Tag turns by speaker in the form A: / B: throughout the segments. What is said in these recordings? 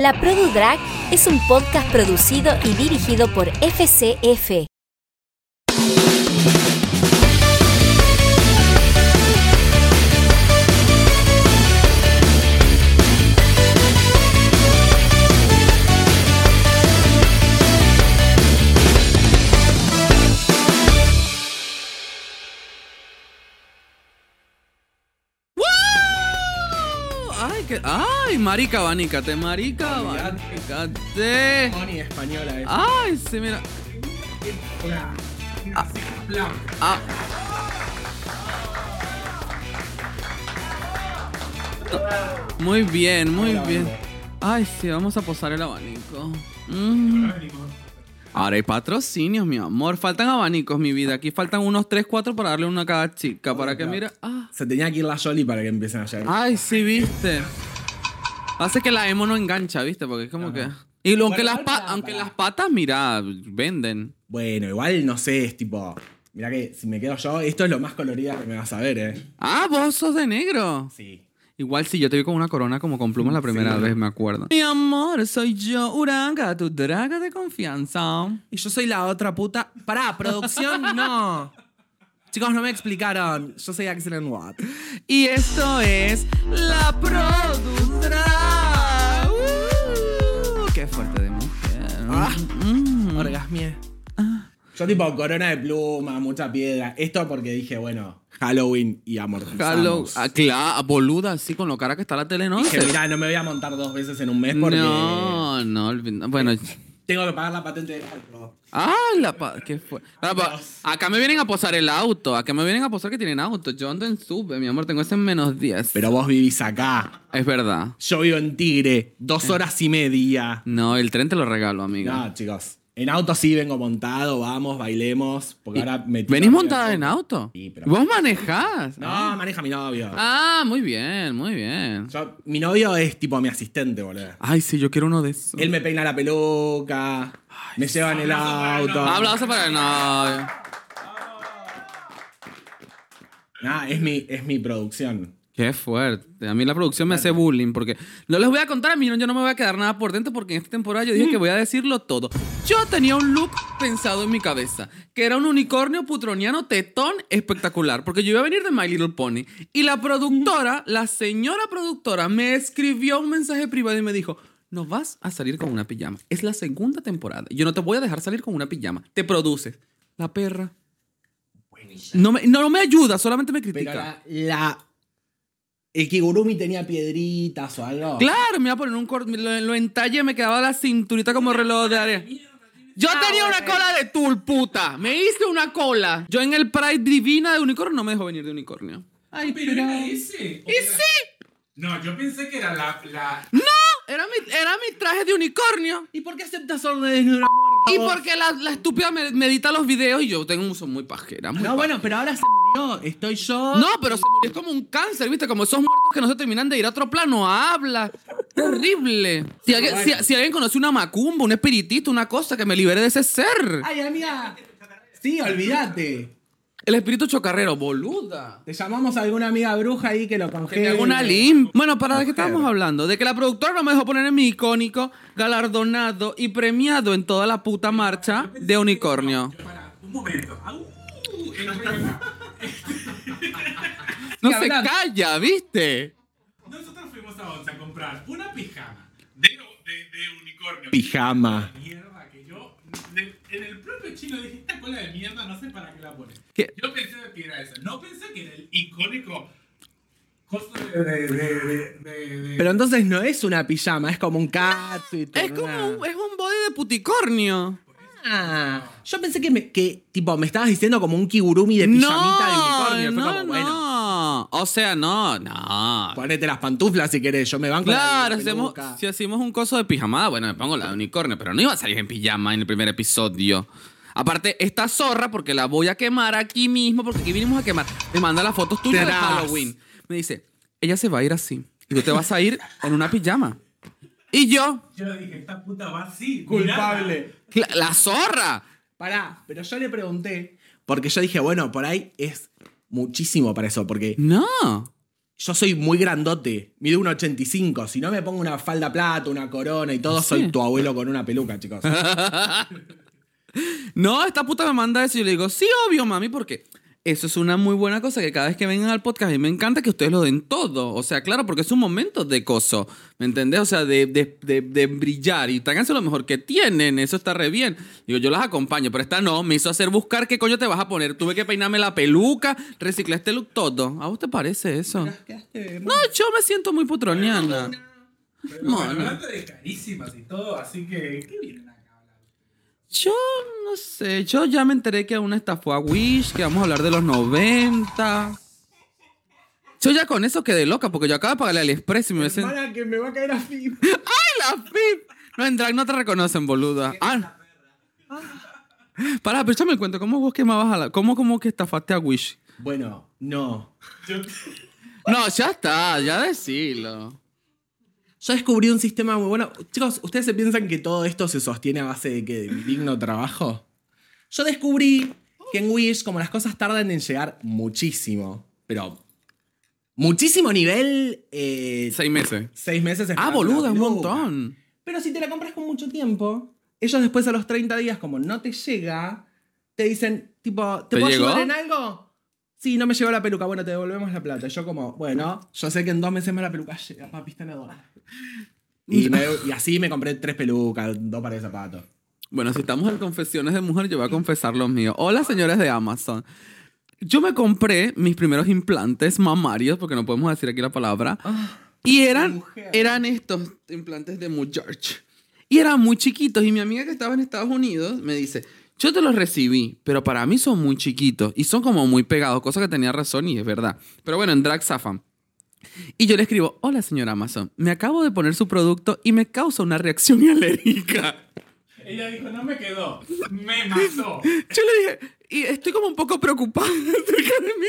A: La Produ Drag es un podcast producido y dirigido por FCF.
B: Ay, que, ay, marica abanícate, marica abanícate.
C: Moni española eh. es.
B: Ay, se mira.
C: Bla, bla.
B: Ah. Muy bien, muy bien. Ay, sí, vamos a posar el abanico. Mm. Ahora hay patrocinios, mi amor. Faltan abanicos, mi vida. Aquí faltan unos 3, 4 para darle uno a cada chica. Para que mira. Ah.
C: Se tenía que ir la Jolie para que empiecen a llegar.
B: Ay, sí, viste. Pasa que la emo no engancha, viste, porque es como que. Y lo- aunque,
C: Bueno,
B: las pa-
C: falta-
B: aunque las patas, mira, venden.
C: Bueno, igual no sé, es tipo. Mirá que si me quedo yo, esto es lo más colorida que me vas a ver, eh.
B: Ah, vos sos de negro.
C: Sí.
B: Igual si yo te vi con una corona como con plumas la primera vez, me acuerdo. Mi amor, soy yo, Uranga, tu draga de confianza.
D: Y yo soy la otra puta. Pará, producción, no. Chicos, no me explicaron. Yo soy Axel and Watt.
B: Y esto es La Produdra. Uh, qué fuerte de mujer. Mm.
D: Orgasmie.
C: Ah. Yo, tipo, corona de pluma, mucha piedra. Esto porque dije, bueno, Halloween y amortizamos.
B: Hello. Ah, claro, boluda, así con lo cara que está la tele, ¿no?
C: Dije, mirá, no me voy a montar dos veces en un mes porque
B: No, no, olvi- bueno.
C: tengo que pagar la patente de carro.
B: Ah, la pa- ¿qué fue? La pa- acá me vienen a posar el auto, acá me vienen a posar que tienen auto. Yo ando en sube, mi amor, tengo ese en menos 10.
C: Pero vos vivís acá.
B: Es verdad.
C: Yo vivo en Tigre, dos
D: Eh.
C: horas y media.
B: No, el tren te lo regalo, amiga.
C: No, chicos. En auto sí vengo montado, vamos, bailemos. Porque
B: Y-
C: ahora me tiro
B: ¿Venís
C: medio
B: montada
C: loco.
B: en auto?
C: Sí, pero-
B: ¿Vos manejás?
C: No, maneja mi novio.
B: Ah, muy bien, muy bien.
C: Yo- mi novio es tipo mi asistente, boludo.
B: Ay, sí, yo quiero uno de esos.
C: Él me peina la peluca, me lleva en el auto.
B: Aplauso para el novio.
C: Nah, es mi, es mi producción.
B: Qué fuerte. A mí la producción me hace bullying porque no les voy a contar a mí, no, yo no me voy a quedar nada por dentro porque en esta temporada yo dije que voy a decirlo todo. Yo tenía un look pensado en mi cabeza, que era un unicornio putroniano tetón espectacular, porque yo iba a venir de My Little Pony y la productora, la señora productora, me escribió un mensaje privado y me dijo, no vas a salir con una pijama. Es la segunda temporada. Yo no te voy a dejar salir con una pijama. Te produces. La perra. No me, no, no me ayuda, solamente me
C: Pero
B: critica.
C: la, la- El Kigurumi tenía piedritas o algo.
B: Claro, me iba a poner un corte, lo, lo entallé, me quedaba la cinturita como reloj de área. Yo tenía una cola de tul, puta. Me hice una cola. Yo en el Pride Divina de Unicornio no me dejó venir de Unicornio. Ay,
E: ¿Pero era ese?
B: Y sí,
E: No, yo pensé que era la... la...
B: era mi, era mi traje de Unicornio.
D: ¿Y por qué aceptas órdenes de una muerta?
B: Y
D: vos?
B: porque la, la estúpida me, me edita los videos y yo tengo un uso muy pajera. muy
D: No,
B: paja.
D: bueno, pero ahora se murió. Estoy yo.
B: No, pero se murió es como un cáncer, ¿viste? Como esos muertos que no se terminan de ir a otro plano. Habla. Terrible. Si alguien, si, si alguien conoce una macumba, un espiritista, una cosa que me libere de ese ser.
C: Ay, amiga. Sí, olvídate.
B: El espíritu chocarrero, boluda.
C: Te llamamos a alguna amiga bruja ahí que lo
B: Que me
C: congele.
B: haga una lim. Bueno, ¿para de qué estábamos
C: Mujer.
B: hablando? De que la productora no me dejó poner en mi icónico, galardonado y premiado en toda la puta marcha de unicornio.
E: Para, un momento. Ah, uh, Au, el rey-
B: No se calla, ¿viste?
E: Nosotros fuimos a Once a comprar una pijama de, de, de unicornio.
C: Pijama.
E: Mierda, que yo... de- en el propio chino dije, esta cola de mierda no sé para qué la pones.
B: ¿Qué?
E: Yo pensé que era esa. No pensé que era el icónico... coso de- de- de- de- de- de-
C: Pero entonces no es una pijama, es como un catsuit.
B: Es como un, es un body de puticornio.
C: Ah, yo pensé que, me- que, tipo, me estabas diciendo como un kigurumi de pijamita de unicornio. Fue
B: no,
C: como, bueno,
B: no. O sea, no, no.
C: ponete las pantuflas si querés, yo me banco.
B: Claro,
C: la de la
B: hacemos-
C: peluca.
B: si hacemos un coso de pijamada, bueno, me pongo la de unicornio, pero no iba a salir en pijama en el primer episodio. Aparte, esta zorra, porque la voy a quemar aquí mismo, porque aquí vinimos a quemar. Me manda las fotos tuyas de
C: Tras.
B: Halloween. Me dice, ella se va a ir así. Y tú te vas a ir en una pijama. Y yo,
E: Yo dije, esta puta va así.
C: Culpable.
B: la, la zorra.
C: Pará, pero yo le pregunté, porque yo dije, bueno, por ahí es muchísimo para eso, porque
B: No.
C: Yo soy muy grandote, mido un 85. Si no me pongo una falda plata, una corona y todo, soy tu abuelo con una peluca, chicos.
B: No, esta puta me manda eso y yo le digo, sí, obvio, mami, porque eso es una muy buena cosa que cada vez que vengan al podcast, a mí me encanta que ustedes lo den todo. O sea, claro, porque es un momento de coso, ¿me entendés? O sea, de, de, de, de brillar y tráiganse lo mejor que tienen, eso está re bien. Digo, yo las acompaño, pero esta no, me hizo hacer buscar qué coño te vas a poner. Tuve que peinarme la peluca, reciclé este look, todo. ¿A vos te parece eso? No, yo me siento muy putroniana.
E: Pero
B: Bueno.
E: bueno, hablando de carísimas y todo, así que. ¿Qué vienen acá a hablar?
B: Yo no sé, yo ya me enteré que una estafó a Wish, que vamos a hablar de los 90. Yo ya con eso quedé loca, porque yo acabo de pagarle al Express y me dicen, ¡ay,
C: Para que me va a caer así.
B: la FIP! No, en drag no te reconocen, boluda. Ah. Pará, pero échame el cuento, ¿cómo vos quemabas a la... ¿Cómo, cómo que estafaste a Wish?
C: Bueno, no.
B: No, ya está, ya decilo.
C: Yo descubrí un sistema muy bueno. Chicos, ¿ustedes se piensan que todo esto se sostiene a base de qué? ¿De mi digno trabajo? Yo descubrí que en Wish, como las cosas tardan en llegar muchísimo, pero muchísimo nivel, eh,
B: Seis meses.
C: seis meses
B: Ah,
C: esperando
B: boluda, un
C: la peluca.
B: montón.
C: Pero si te la compras con mucho tiempo, ellos después a los 30 días, como no te llega, te dicen, tipo, ¿te,
B: ¿Te
C: puedo
B: llegó?
C: ayudar en algo? Sí, no me llegó la peluca, bueno, te devolvemos la plata. Y Yo como, bueno, yo sé que en dos meses más la peluca llega, papi, está en la aduana. Y, me- y así me compré tres pelucas, dos pares de zapatos.
B: Bueno, si estamos en confesiones de mujer, yo voy a confesar los míos. Hola, señores de Amazon. Yo me compré mis primeros implantes mamarios, porque no podemos decir aquí la palabra. Y eran, eran estos implantes de muchacho. Y eran muy chiquitos. Y mi amiga que estaba en Estados Unidos me dice, yo te los recibí, pero para mí son muy chiquitos. Y son como muy pegados, cosa que tenía razón y es verdad. Pero bueno, en Drag Zafan. Y yo le escribo, hola señora Amazon, me acabo de poner su producto y me causa una reacción alérgica.
E: Ella dijo, no me quedó. Me mató.
B: Yo le dije, y estoy como un poco preocupada acerca de mi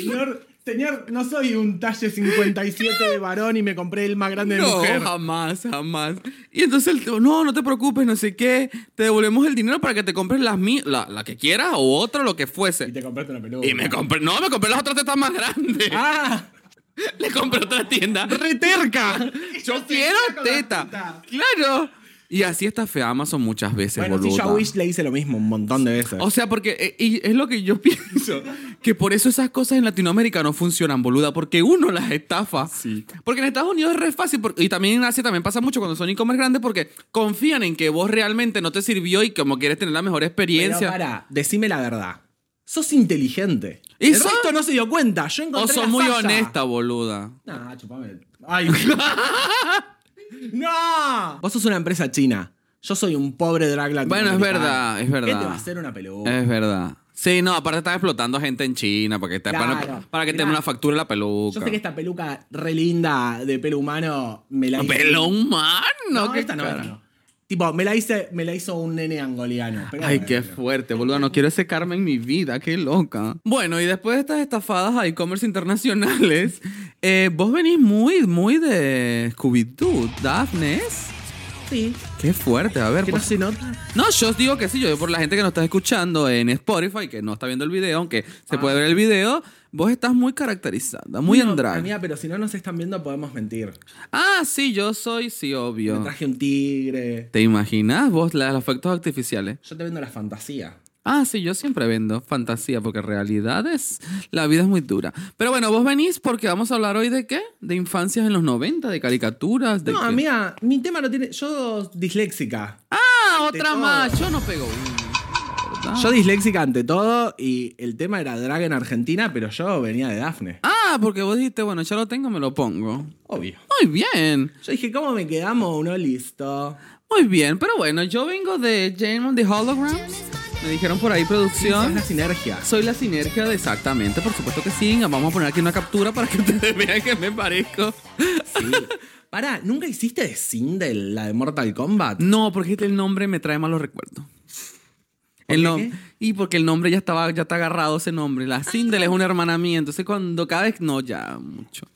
B: salud.
C: Señor, señor, no soy un talle 57 de varón y me compré el más grande de
B: no,
C: mujer.
B: jamás, jamás. Y entonces él, dijo, no, no te preocupes, no sé qué, te devolvemos el dinero para que te compres las mi- la, la que quieras o otra, lo que
C: Y
B: fuese.
C: te compraste una peluca.
B: Y me compré, no, me compré las otras tetas más grandes.
C: ¡Ah!
B: Le compré otra tienda.
C: ¡Reterca!
B: Yo quiero teta. Claro. Y así está fea Amazon muchas veces,
C: Bueno, sí, yo
B: boluda.
C: a Wish le hice lo mismo un montón de veces.
B: O sea, porque eh, y es lo que yo pienso, que por eso esas cosas en Latinoamérica no funcionan, boluda, porque uno las estafa. Porque en Estados Unidos es re fácil, por- y también en Asia también pasa mucho cuando son e-commerce grandes, porque confían en que vos realmente no te sirvió y como quieres tener la mejor
C: Pero
B: experiencia.
C: para, decime la verdad. Sos inteligente.
B: ¿Y
C: el
B: sos?
C: resto no se dio cuenta. Yo encontré
B: o sos
C: la
B: muy
C: falla.
B: honesta, boluda.
C: Nah, chupame. Ay. no. Vos sos una empresa china. Yo soy un pobre drag
B: Bueno, es
C: latinoamericano.
B: verdad, es
C: ¿Qué te va a
B: verdad.
C: hacer una peluca?
B: Es verdad. Sí, no, aparte están explotando gente en China para que, te- para-
C: Claro.
B: para que te
C: Mirá.
B: den una factura en la peluca.
C: Yo sé que esta peluca re linda de pelo humano me la hizo.
B: Pelo humano,
C: No,
B: qué
C: esta no,
B: cara.
C: esta no. Tipo, me la, hice, me la hizo un nene angoliano. Pero
B: Ay,
C: bueno,
B: qué
C: pero-
B: fuerte, boludo. No quiero ese karma en mi vida, qué loca. Bueno, y después de estas estafadas a e-commerce internacionales, eh, vos venís muy, muy de Scooby-Doo, Daphnes.
C: Sí,
B: Qué fuerte, a ver.
C: que no
B: pues-
C: se nota.
B: No, yo os digo que sí, yo por la gente que nos está escuchando en Spotify, que no está viendo el video, aunque se puede ver el video, vos estás muy caracterizada, muy en drag.
C: Amiga, pero si Ah. no nos están viendo, podemos mentir.
B: Ah, sí, yo soy, sí,
C: Me
B: obvio.
C: traje un tigre.
B: ¿Te imaginas vos la- los efectos artificiales?
C: Yo te vendo la fantasía.
B: Ah, sí, yo siempre vendo fantasía porque realidades, la vida es muy dura. Pero bueno, vos venís porque vamos a hablar hoy de qué? De infancias en los 90, de caricaturas, de
C: No,
B: qué?
C: amiga, mi tema no tiene. Yo disléxica.
B: Ah,
C: de
B: otra
C: todo.
B: más, yo no pego. una, ¿verdad?
C: Yo disléxica ante todo y el tema era drag en Argentina, pero yo venía de Dafne.
B: Ah, porque vos dijiste, bueno, ya lo tengo, me lo pongo.
C: Obvio.
B: Muy bien,
C: Yo dije, ¿cómo me quedamos uno listo?
B: muy bien, pero bueno, yo vengo de Jane on the Holograms. Me dijeron por ahí
C: Es
B: producción.
C: la sinergia.
B: Soy la sinergia de exactamente, por supuesto que sí. Vamos a poner aquí una captura para que ustedes vean que me parezco.
C: Sí. Pará, ¿nunca hiciste de Sindel, la de Mortal Kombat?
B: No, porque el nombre me trae malos recuerdos. El
C: qué?
B: nom- y porque el nombre ya estaba ya está agarrado ese nombre. La Sindel es una hermana mía, entonces cuando cada vez no ya mucho.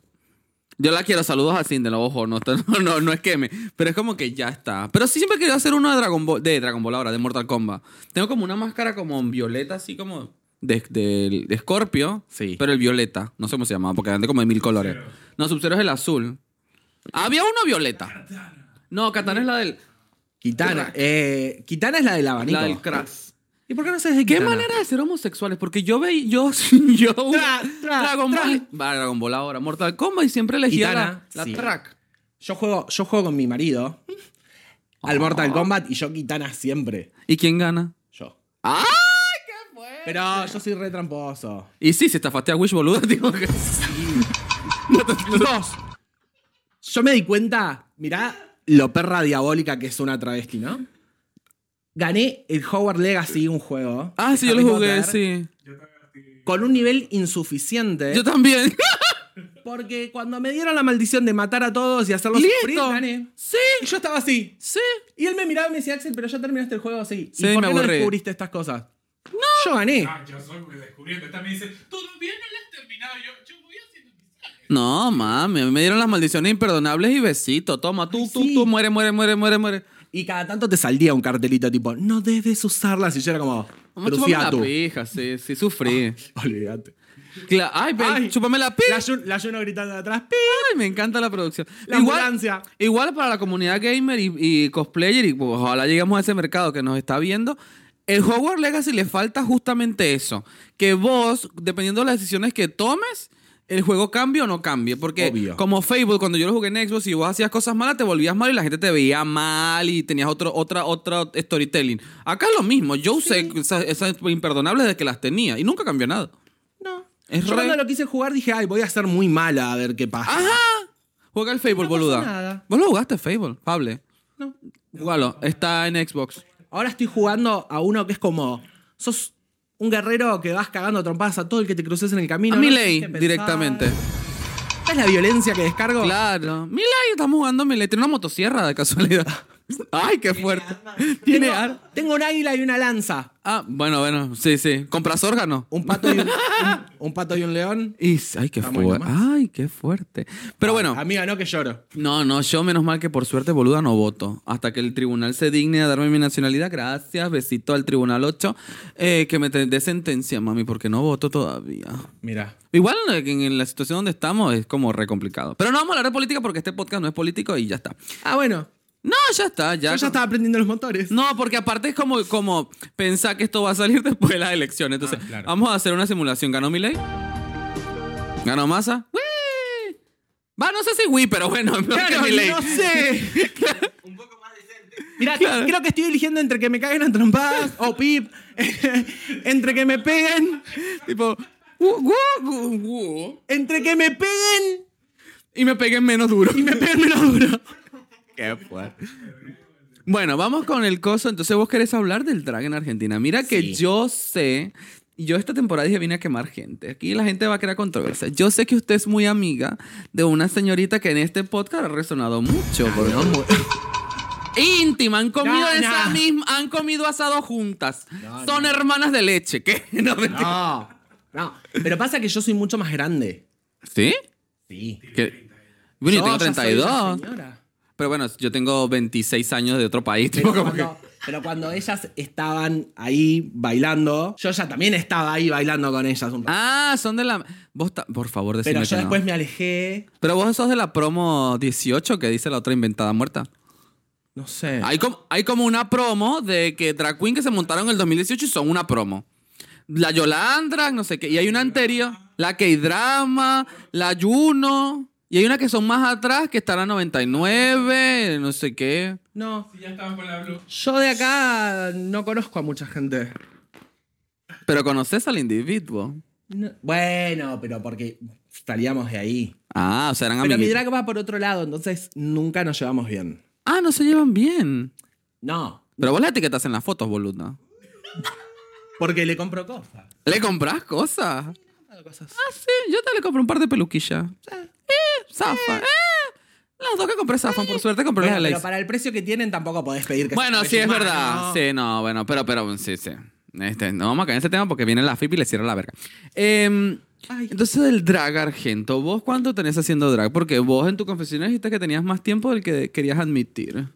B: Yo la quiero, saludos a Sindel, ojo, no está- no no, no es queme, pero es como que ya está. Pero sí siempre he querido hacer uno de Dragon Ball, de Dragon Ball ahora, de Mortal Kombat. Tengo como una máscara como en violeta así como de, del- de Scorpio,
C: Sí.
B: pero el violeta. No sé cómo se llamaba, porque eran de como de mil colores. No, Sub-Zero es el azul. Había uno violeta. No, Katana es la del,
C: Kitana. Eh, Kitana es la del abanico.
B: la del Crash.
D: ¿Y por qué no se de
B: ¿Qué
D: Kitana?
B: manera de ser homosexuales? Porque yo veía. Yo. yo Dragon Ball. Va, Dragon Ball ahora. Mortal Kombat y siempre elegía la,
C: Kitana,
B: la
C: sí.
B: track.
C: Yo juego, yo juego con mi marido al Mortal Kombat y yo Kitana siempre.
B: ¿Y quién gana?
C: Yo.
B: ¡Ah!
C: Pero yo soy re tramposo.
B: Y sí, si estafaste a Wish, boludo, digo que.
C: Dos. Yo me di cuenta, mirá lo perra diabólica que es una travesti, ¿no? Gané el Howard Legacy, un juego.
B: Ah, sí, yo
C: Harry
B: lo jugué,
C: Potter,
B: sí.
C: Con un nivel insuficiente.
B: Yo también.
C: Porque cuando me dieron la maldición de matar a todos y hacerlos
B: Listo.
C: sufrir, gané.
B: Sí,
C: Y yo estaba así.
B: sí.
C: Y él me miraba y me decía, Axel, pero ya terminaste el juego así.
B: Sí,
C: ¿Y por
B: me
C: qué no
B: aburrí.
C: descubriste estas cosas? No. Yo gané.
E: Ah, yo soy muy descubriendo. Esta me dice, todavía no la has terminado. Yo, yo voy haciendo mis
B: No, mami, a mí me dieron las maldiciones imperdonables y besito. Toma, tú, tú,
C: sí.
B: tú, muere, muere, muere, muere, muere.
C: Y cada tanto te salía un cartelito tipo, no debes usarlas. Y yo era como,
B: Mamá, chúpame la
C: tú.
B: pija, sí, sí, sufrí.
C: Olvídate.
B: Cla- Ay, ve,
C: Ay.
B: chúpame la pija.
C: La, Jun- la Juno gritando de atrás, pi.
B: Ay, me encanta la producción.
C: La ambulancia.
B: igual para la comunidad gamer y, y cosplayer, y pues, ojalá lleguemos a ese mercado que nos está viendo. El Hogwarts Legacy le falta justamente eso. Que vos, dependiendo de las decisiones que tomes, el juego cambie o no cambie. Porque
C: Obvio.
B: como Facebook, cuando yo lo jugué en Xbox, si vos hacías cosas malas, te volvías mal y la gente te veía mal y tenías otro, otra, otra storytelling. Acá es lo mismo. Yo usé esas, esas imperdonables desde que las tenía y nunca cambió nada.
C: No.
B: Es
C: yo
B: re-
C: cuando lo quise jugar dije, ay, voy a ser muy mala a ver qué pasa.
B: Ajá. Juega el Fable,
C: No pasó
B: boluda.
C: nada.
B: Vos lo jugaste Fable, Pable.
C: No.
B: Jugalo, está en Xbox.
C: Ahora estoy jugando a uno que es como, sos un guerrero que vas cagando a trompadas a todo el que te cruces en el camino.
B: A
C: no
B: Miley,
C: tenés que pensar.
B: directamente.
C: ¿Esta es la violencia que descargo?
B: Claro. Miley, estamos jugando Miley. Tiene una motosierra de casualidad. Ay, qué fuerte. Tiene ar-
C: Tengo un águila y una lanza.
B: Ah, bueno, bueno, sí, sí. Compras órgano.
C: Un pato y un, un- un pato y un león.
B: Y- ay, qué
C: Vamos
B: fuerte.
C: nomás. ah.
B: Ay, qué fuerte. Pero bueno,
C: Amiga, no que lloro.
B: No, no, yo menos mal que por suerte boluda no voto. Hasta que el tribunal se digne a darme mi nacionalidad. Gracias, besito al tribunal 8. eh, que me te- dé sentencia, mami, porque no voto todavía.
C: Mira.
B: Igual eh, que en, la situación donde estamos es como re complicado. Pero no vamos a hablar de política porque este podcast no es político y ya está.
C: Ah, bueno.
B: No, ya está, ya.
C: Yo ya estaba aprendiendo los motores.
B: No, porque aparte es como, como pensar que esto va a salir después de las elecciones.
C: Ah,
B: Entonces, vamos a hacer una simulación. ¿Ganó Milei? ¿Ganó Massa? ¡Wii! Va, no sé si Wii, pero bueno, no
C: Claro,
B: Milei.
C: no sé. Mirá, creo que estoy eligiendo entre que me caguen a trompadas o pip, entre que me peguen,
B: Tipo, "Gu, gu, gu, gu",
C: entre que me peguen
B: y me peguen menos duro.
C: y me peguen menos duro.
B: Bueno, vamos con el coso. Entonces vos querés hablar del drag en Argentina. Mira que
C: Sí.
B: yo sé, yo esta temporada dije vine a quemar gente. Aquí la gente va a crear controversia. Yo sé que usted es muy amiga de una señorita que en este podcast ha resonado mucho. porque- Íntima, han comido
C: No,
B: esa
C: no.
B: misma, han comido asado juntas. Son hermanas de leche. ¿Qué? No, mentira.
C: No, no. Pero pasa que yo soy mucho más grande.
B: ¿Sí?
C: Sí.
B: ¿Qué? Bueno, yo
C: Yo
B: tengo
C: ya soy una
B: 32.
C: señora.
B: Pero bueno, yo tengo 26 años de otro país. tipo,
C: Pero
B: como que-
C: cuando, pero cuando ellas estaban ahí bailando, yo ya también estaba ahí bailando con ellas un
B: Ah, son de la. Vos ta- Por favor, decime
C: Pero yo
B: que no.
C: después me alejé.
B: Pero vos sos de la promo 18 que dice la otra inventada muerta.
C: No sé.
B: Hay como, hay como una promo de que drag queen que se montaron en el 2018 y son una promo. La Yolandra, no sé qué. Y hay una anterior, la K-Drama, la Juno. Y hay una que son más atrás que está la 99, no sé qué.
C: No.
E: Si ya estaban con la blue.
C: Yo de acá no conozco a mucha gente.
B: Pero conoces al individuo.
C: No- Bueno, pero porque salíamos de ahí.
B: Ah, o sea, eran
C: Pero mi
B: amiguitos.
C: drag va por otro lado, entonces nunca nos llevamos bien.
B: Ah, no se llevan bien.
C: No,
B: Pero vos la etiquetas en las fotos, boluda.
C: porque le compro cosas.
B: ¿Le compras cosas? Ah, sí. Yo te le compré un par de peluquillas. Eh, zafa. Eh. Las dos que compré zafan. Por suerte compré
C: Bueno,
B: las de
C: pero
B: Lace.
C: para el precio que tienen tampoco podés pedir que
B: Bueno,
C: sea
B: sí, es
C: humano.
B: verdad. Sí, no, bueno, pero, pero, sí, sí. Este, no vamos a caer en ese tema porque viene la FIP y le cierra la verga. Em,
C: Ay.
B: entonces, del drag argento, ¿vos cuánto tenés haciendo drag? Porque vos en tu confesión dijiste que tenías más tiempo del que querías admitir.
C: mm,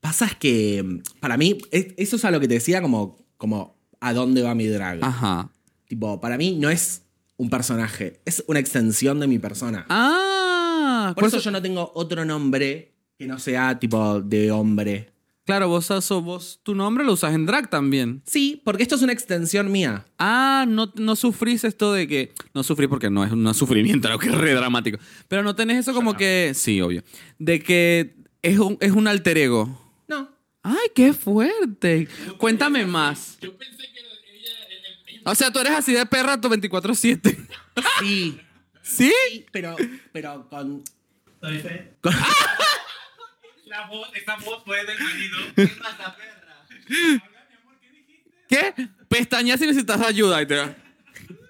C: Pasa es que, para mí, es- eso es a lo que te decía como, como a dónde va mi drag.
B: Ajá.
C: Tipo, para mí no es un personaje, es una extensión de mi persona.
B: Ah,
C: Por eso yo no tengo otro nombre que no sea tipo de hombre.
B: claro, vos, aso- vos tu nombre lo usas en drag también.
C: Sí, porque esto es una extensión mía.
B: Ah, no, no sufrís esto de que. No sufrí porque no es un sufrimiento, lo que es re dramático. Pero no tenés eso como que. Sí, obvio. De que es un, es un alter ego.
C: No.
B: ¡Ay, qué fuerte! Cuéntame más.
E: Yo pensé que era ella. el- el- ella-
B: O sea, tú eres así de perra tu 24-7.
C: Sí,
B: ¿Sí?
C: sí, pero, pero con.
E: ¿Oíste? La voz, esa voz fue del marido. Perra la perra. Habla, mi amor, ¿qué dijiste?
B: ¿Qué? Pestañas si necesitas ayuda. Y te...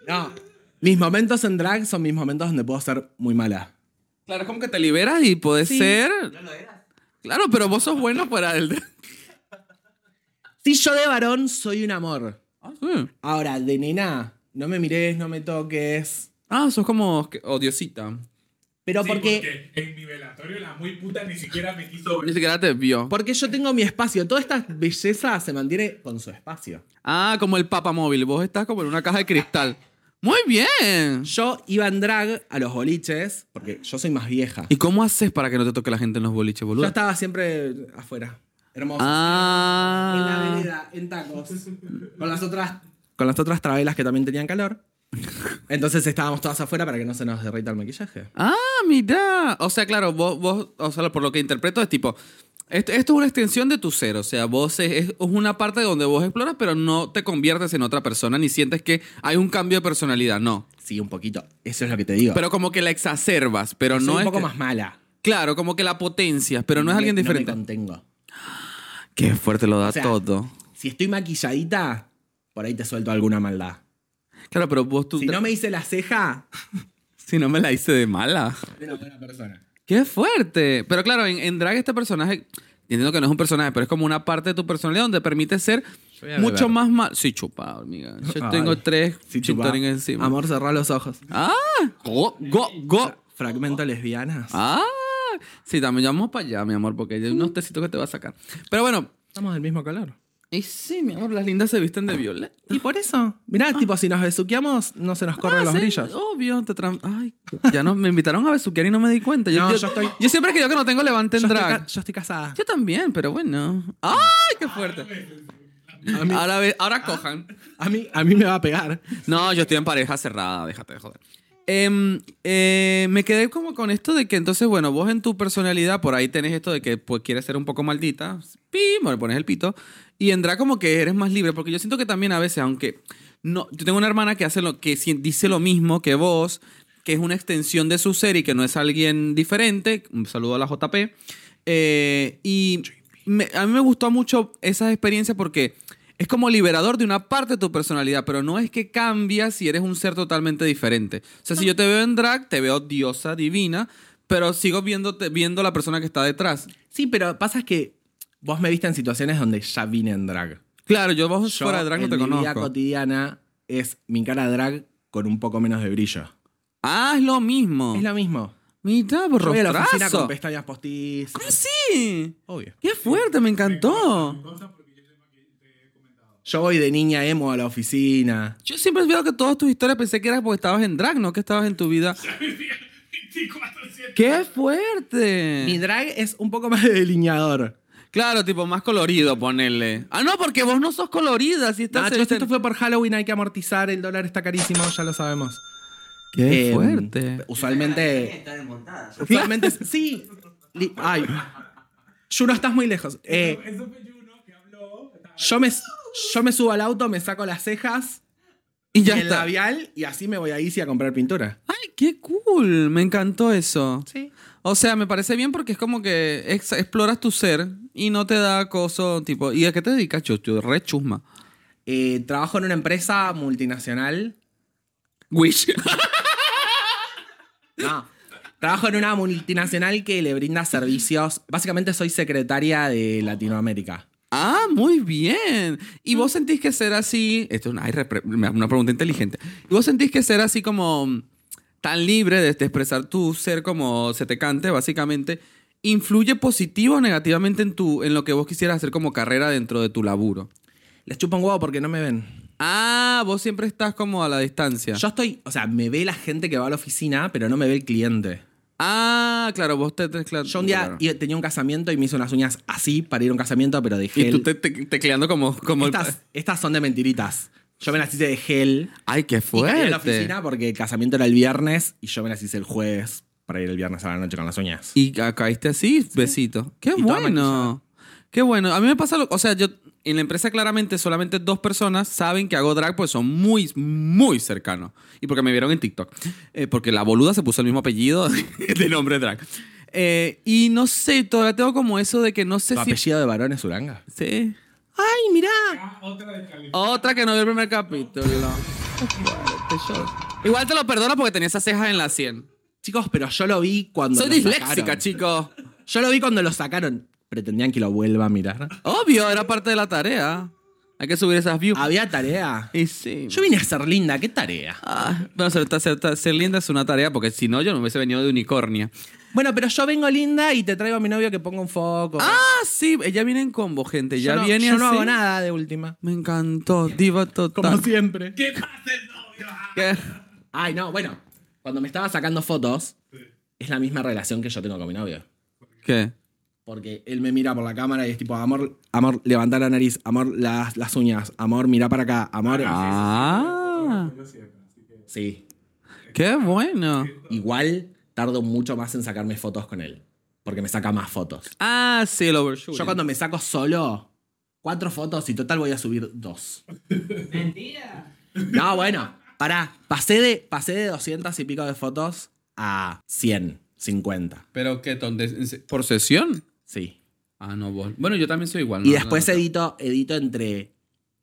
C: No. Mis momentos en drag son mis momentos donde puedo ser muy mala.
B: Claro, es como que te liberas y podés ser.
E: lo eras.
B: Claro, pero vos sos bueno para el.
C: Si yo de varón soy un amor.
B: Ah, sí.
C: Ahora, de nena, no me mires, no me toques.
B: Ah, sos como que- odiosita.
C: Pero
E: Sí,
C: porque,
E: porque en mi velatorio la muy puta ni siquiera me quiso
B: Ni
E: ver.
B: siquiera te vio.
C: porque yo tengo mi espacio. Toda esta belleza se mantiene con su espacio.
B: Ah, como el papamóvil. Vos estás como en una caja de cristal. Muy bien.
C: Yo iba en drag a los boliches, porque yo soy más vieja.
B: ¿Y cómo haces para que no te toque la gente en los boliches,
C: Yo
B: boludo?
C: estaba siempre afuera. Hermoso. En la
B: Ah.
C: vereda, en tacos. Con las otras. Con las otras travelas que también tenían calor. Entonces estábamos todas afuera para que no se nos derrita el maquillaje.
B: Ah, mira. O sea, claro, vos, vos, o sea, por lo que interpreto es tipo, esto, esto es una extensión de tu ser, o sea, vos es, es una parte donde vos exploras, pero no te conviertes en otra persona ni sientes que hay un cambio de personalidad, no.
C: Sí, un poquito. Eso es lo que te digo.
B: Pero como que la exacerbas, pero
C: Soy
B: no
C: un
B: es
C: poco
B: que-
C: más mala.
B: Claro, como que la potencias, pero no es alguien
C: me-
B: diferente.
C: No me contengo.
B: Qué fuerte lo da
C: O sea,
B: todo.
C: Si estoy maquilladita, por ahí te suelto alguna maldad.
B: Claro, pero vos tú
C: Si no me hice la ceja,
B: si no me la hice de mala.
C: era buena persona.
B: Qué fuerte. Pero claro, en, en drag este personaje, entiendo que no es un personaje, pero es como una parte de tu personalidad donde permite ser
C: voy a
B: mucho
C: beber.
B: más mal. Sí, chupa, amiga. Yo
C: Ay.
B: tengo tres
C: Si
B: gin
C: chupa.
B: tonic encima.
C: Amor, cerrá los ojos.
B: Ah, go, go, go.
C: Fragmento lesbianas.
B: Ah, sí, también vamos para allá, mi amor, porque hay unos tecitos que te va a sacar. Pero bueno,
C: Estamos del mismo color.
B: y sí, mi amor, las lindas se visten de violeta.
C: Y por eso, mirá, tipo, si nos besuqueamos, no se nos corren
B: Ah,
C: los
B: sí,
C: brillos.
B: Obvio, te tram- Ay, ya no, me invitaron a besuquear y no me di cuenta. Yo,
C: No,
B: yo,
C: yo estoy-
B: yo siempre creo que no tengo levante en
C: Yo estoy,
B: drag.
C: ca- yo estoy casada.
B: Yo también, pero bueno. ¡Ay, qué fuerte!
C: A mí,
B: Ahora, ve- ahora cojan.
C: a, mí, a mí me va a pegar.
B: No, yo estoy en pareja cerrada, déjate de joder. Em, eh, me quedé como con esto de que entonces, bueno, vos en tu personalidad por ahí tenés esto de que pues quieres ser un poco maldita, pim, le pones el pito, y entra como que eres más libre, porque yo siento que también a veces, aunque no, yo tengo una hermana que hace lo que si- dice lo mismo que vos, que es una extensión de su ser y que no es alguien diferente. Un saludo a la JP. Eh, y me- a mí me gustó mucho esa experiencia porque es como liberador de una parte de tu personalidad, pero no es que cambias si eres un ser totalmente diferente. O sea, si yo te veo en drag, te veo diosa divina, pero sigo viéndote, viendo la persona que está detrás.
C: Sí, pero pasa es que vos me viste en situaciones donde ya vine en drag.
B: Claro, yo vos
C: Yo,
B: fuera de drag no
C: en
B: te
C: mi vida
B: conozco.
C: cotidiana es mi cara drag con un poco menos de brillo.
B: Ah, es lo mismo.
C: Es lo mismo.
B: Mira,
C: Yo voy a la oficina
B: borrostrazo.
C: con pestañas postizas.
B: Sí,
C: Obvio.
B: qué fuerte, me encantó.
C: Yo voy de niña emo a la oficina.
B: Yo siempre veo que todas tus historias pensé que era porque estabas en drag, no que estabas en tu vida.
E: 24-7.
B: ¡Qué
C: Mi
B: fuerte!
C: drag es un poco más de delineador.
B: Claro, tipo, más colorido, ponele. Ah, no, porque vos no sos colorida, si estás...
C: Nacho,
B: en-
C: Ah,
B: este
C: esto fue por Halloween, hay que amortizar, el dólar está carísimo, ya lo sabemos.
B: ¡Qué
C: Em,
B: fuerte!
C: Usualmente. Usualmente. sí. Li- Ay. Juno, estás muy lejos. Eh,
E: Eso fue Juno que habló.
C: yo, me, yo me subo al auto, me saco las cejas
B: Y
C: y,
B: ya
C: el
B: está.
C: labial y así me voy a Easy a comprar pintura.
B: ¡Ay, qué cool! Me encantó eso.
C: Sí.
B: O sea, me parece bien porque es como que ex- exploras tu ser y no te da coso, tipo... ¿Y a qué te dedicas? Yo, yo re chusma.
C: Eh, trabajo en una empresa multinacional.
B: Wish.
C: No. Trabajo en una multinacional que le brinda servicios. Básicamente soy secretaria de Latinoamérica.
B: Ah, muy bien. ¿Y
C: Mm.
B: vos sentís que ser así? Esto es una, ay, repre- una pregunta inteligente. ¿Y vos sentís que ser así como mm, tan libre de, de expresar tu ser como se te cante, básicamente, influye positivo o negativamente en, tu, en lo que vos quisieras hacer como carrera dentro de tu laburo?
C: les chupa un huevo porque no me ven.
B: Ah, vos siempre estás como a la distancia.
C: Yo estoy, o sea, me ve la gente que va a la oficina, pero no me ve el cliente.
B: Ah, claro, vos te... te- claro,
C: Yo un día
B: claro.
C: iba- tenía un casamiento y me hice unas uñas así para ir a un casamiento, pero de
B: Y,
C: gel.
B: tú te, te- tecleando como... como el-
C: estas, estas son de mentiritas. Yo me las hice de gel.
B: Ay, qué
C: Y caí a la
B: fuerte.
C: oficina porque el casamiento era el viernes y yo me las hice el jueves para ir el viernes a la noche con las uñas.
B: Y ah, caíste así, besito. Qué
C: Y toda
B: bueno. Qué bueno. A mí me pasa lo, o sea, yo en la empresa claramente solamente dos personas saben que hago drag pues son muy muy cercanos y porque me vieron en TikTok, Eh, porque la boluda se puso el mismo apellido de nombre drag. Eh, y no sé, todavía tengo como eso de que no sé
C: ¿Tu
B: si
C: apellido de varón es Uranga?
B: Sí.
C: ¡Ay, mirá!
E: Ah, Otra de Cali.
B: Otra que no vio el primer capítulo. Igual te lo perdono porque tenía esas cejas en la sien.
C: Chicos, pero yo lo vi cuando
B: Soy
C: lo
B: disléxica,
C: sacaron.
B: chicos.
C: Yo lo vi cuando lo sacaron. Pretendían que lo vuelva a mirar.
B: Obvio, era parte de la tarea. Hay que subir esas views.
C: Había tarea.
B: Y sí.
C: Yo vine a ser linda, ¿qué tarea?
B: Ah, bueno, ser, ser- ser linda es una tarea porque si no, yo no hubiese venido de unicornia.
C: Bueno, pero yo vengo linda y te traigo a mi novio que ponga un foco.
B: Ah, sí, ella viene en combo, gente.
C: yo
B: Ya
C: no,
B: viene
C: yo no
B: así.
C: hago nada de última.
B: Me encantó, diva total.
C: Como siempre.
E: ¿Qué pasa el novio? Ah,
B: ¿Qué?
C: Ay, no, bueno. Cuando me estaba sacando fotos, es la misma relación que yo tengo con mi novio.
B: ¿Qué?
C: Porque él me mira por la cámara y es tipo, amor, amor, levanta la nariz, amor, las, las uñas, amor, mira para acá, amor.
B: Ah,
C: Sí.
B: qué bueno.
C: Igual tardo mucho más en sacarme fotos con él. Porque me saca más fotos.
B: Ah, sí, el overshoot.
C: Yo cuando me saco solo, cuatro fotos y total voy a subir dos. Mentira. No, bueno, pará. Pasé de, pasé de 200 y pico de fotos a 100, 50.
B: Pero qué tonte. ¿Por sesión?
C: Sí.
B: Ah, no, vos. Bueno, yo también soy igual.
C: y
B: no,
C: después
B: no, no.
C: edito, edito entre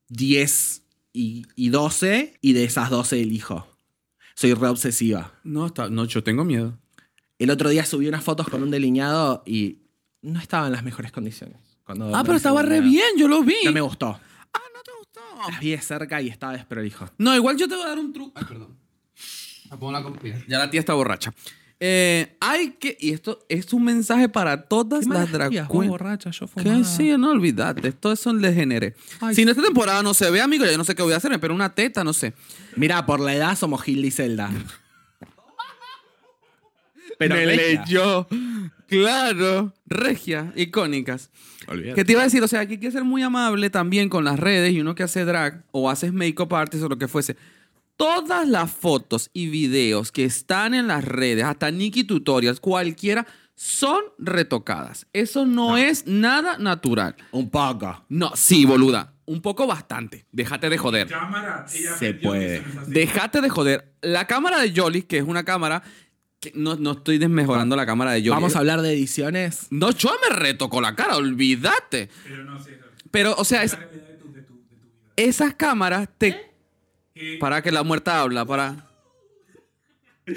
C: 10 y, y 12 y de esas 12 elijo. Soy re obsesiva.
B: No, está- no, yo tengo miedo.
C: El otro día subí unas fotos con un delineado y no estaba en las mejores condiciones. Cuando
B: Ah, pero
C: hice
B: estaba re
C: delineado.
B: bien, yo lo vi.
C: No me gustó.
B: Ah, no te gustó.
C: Las vi de cerca y estaba desprolijo.
B: No, igual yo te voy a dar un truco. Ay, perdón. La pongo la comida. Ya la tía está borracha. Eh, hay que. Y esto es un mensaje para todas las drag queens.
D: borracha, yo
B: Que sí, no olvidate. Esto es un degenere. Si en esta temporada no se ve, amigo, yo no sé qué voy a hacer. Me espero una teta, no sé.
C: Mira, por la edad somos Gilda y Zelda. Pero
B: Me
C: regia.
B: leyó. Claro. Regia, icónicas. Que te iba a decir, o sea, aquí hay que ser muy amable también con las redes y uno que hace drag o haces make-up artist o lo que fuese. Todas las fotos y videos que están en las redes, hasta Nikki Tutorials, cualquiera, son retocadas. Eso no, es nada natural.
C: Un poco.
B: No, sí, boluda. Un poco bastante. Déjate de joder.
E: Cámara. Ella
C: Se
E: aprendió que
C: puede.
E: eso no es así.
B: Déjate de joder. La cámara de Jolly, que es una cámara... que- no, no estoy desmejorando la cámara de Jolly.
C: Vamos a hablar de ediciones.
B: No, yo me retoco la cara, olvídate.
E: Pero no sé. no.
B: Pero, o sea, es,
E: Dale, dale de tu- de tu- de tu vida.
B: esas cámaras te...
E: Que-
B: Para que la muerta habla, para.
E: que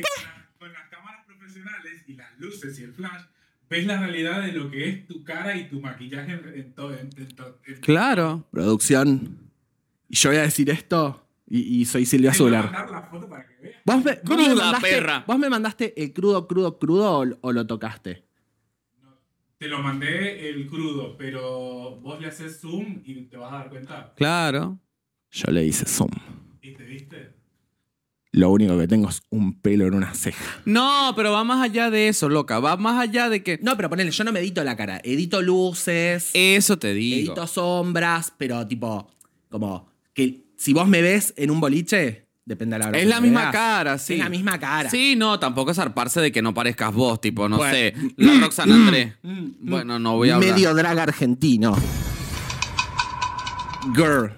E: con la- con las cámaras profesionales y las luces y el flash ves la realidad de lo que es tu cara y tu maquillaje en, en todo. En, en to- en-
B: Claro.
C: Producción. Y yo voy a decir esto y, y soy Silvia
E: Te voy a
C: Zuller.
E: mandar la foto para que veas.
C: ¿Vos me, vos me
B: Cruda,
C: mandaste,
B: perra.
C: ¿Vos me mandaste el crudo, crudo, crudo o, o lo tocaste?
E: Te lo mandé el crudo, pero vos le haces zoom y te vas a dar cuenta.
B: Claro.
C: Yo le hice zoom.
E: ¿Y te viste?
C: Lo único que tengo es un pelo en una ceja.
B: No, pero va más allá de eso, loca. Va más allá de que.
C: No, pero ponele, yo no me edito la cara. Edito luces.
B: Eso te digo.
C: edito sombras, pero tipo, como que si vos me ves en un boliche, depende de la hora.
B: Es
C: que
B: la
C: me
B: misma
C: veas.
B: cara, sí.
C: Es la misma cara.
B: Sí, no, tampoco zarparse de que no parezcas vos, tipo, no
C: Bueno.
B: sé. La Roxana Andrés. bueno, no voy a hablar.
C: Medio drag argentino. Girl.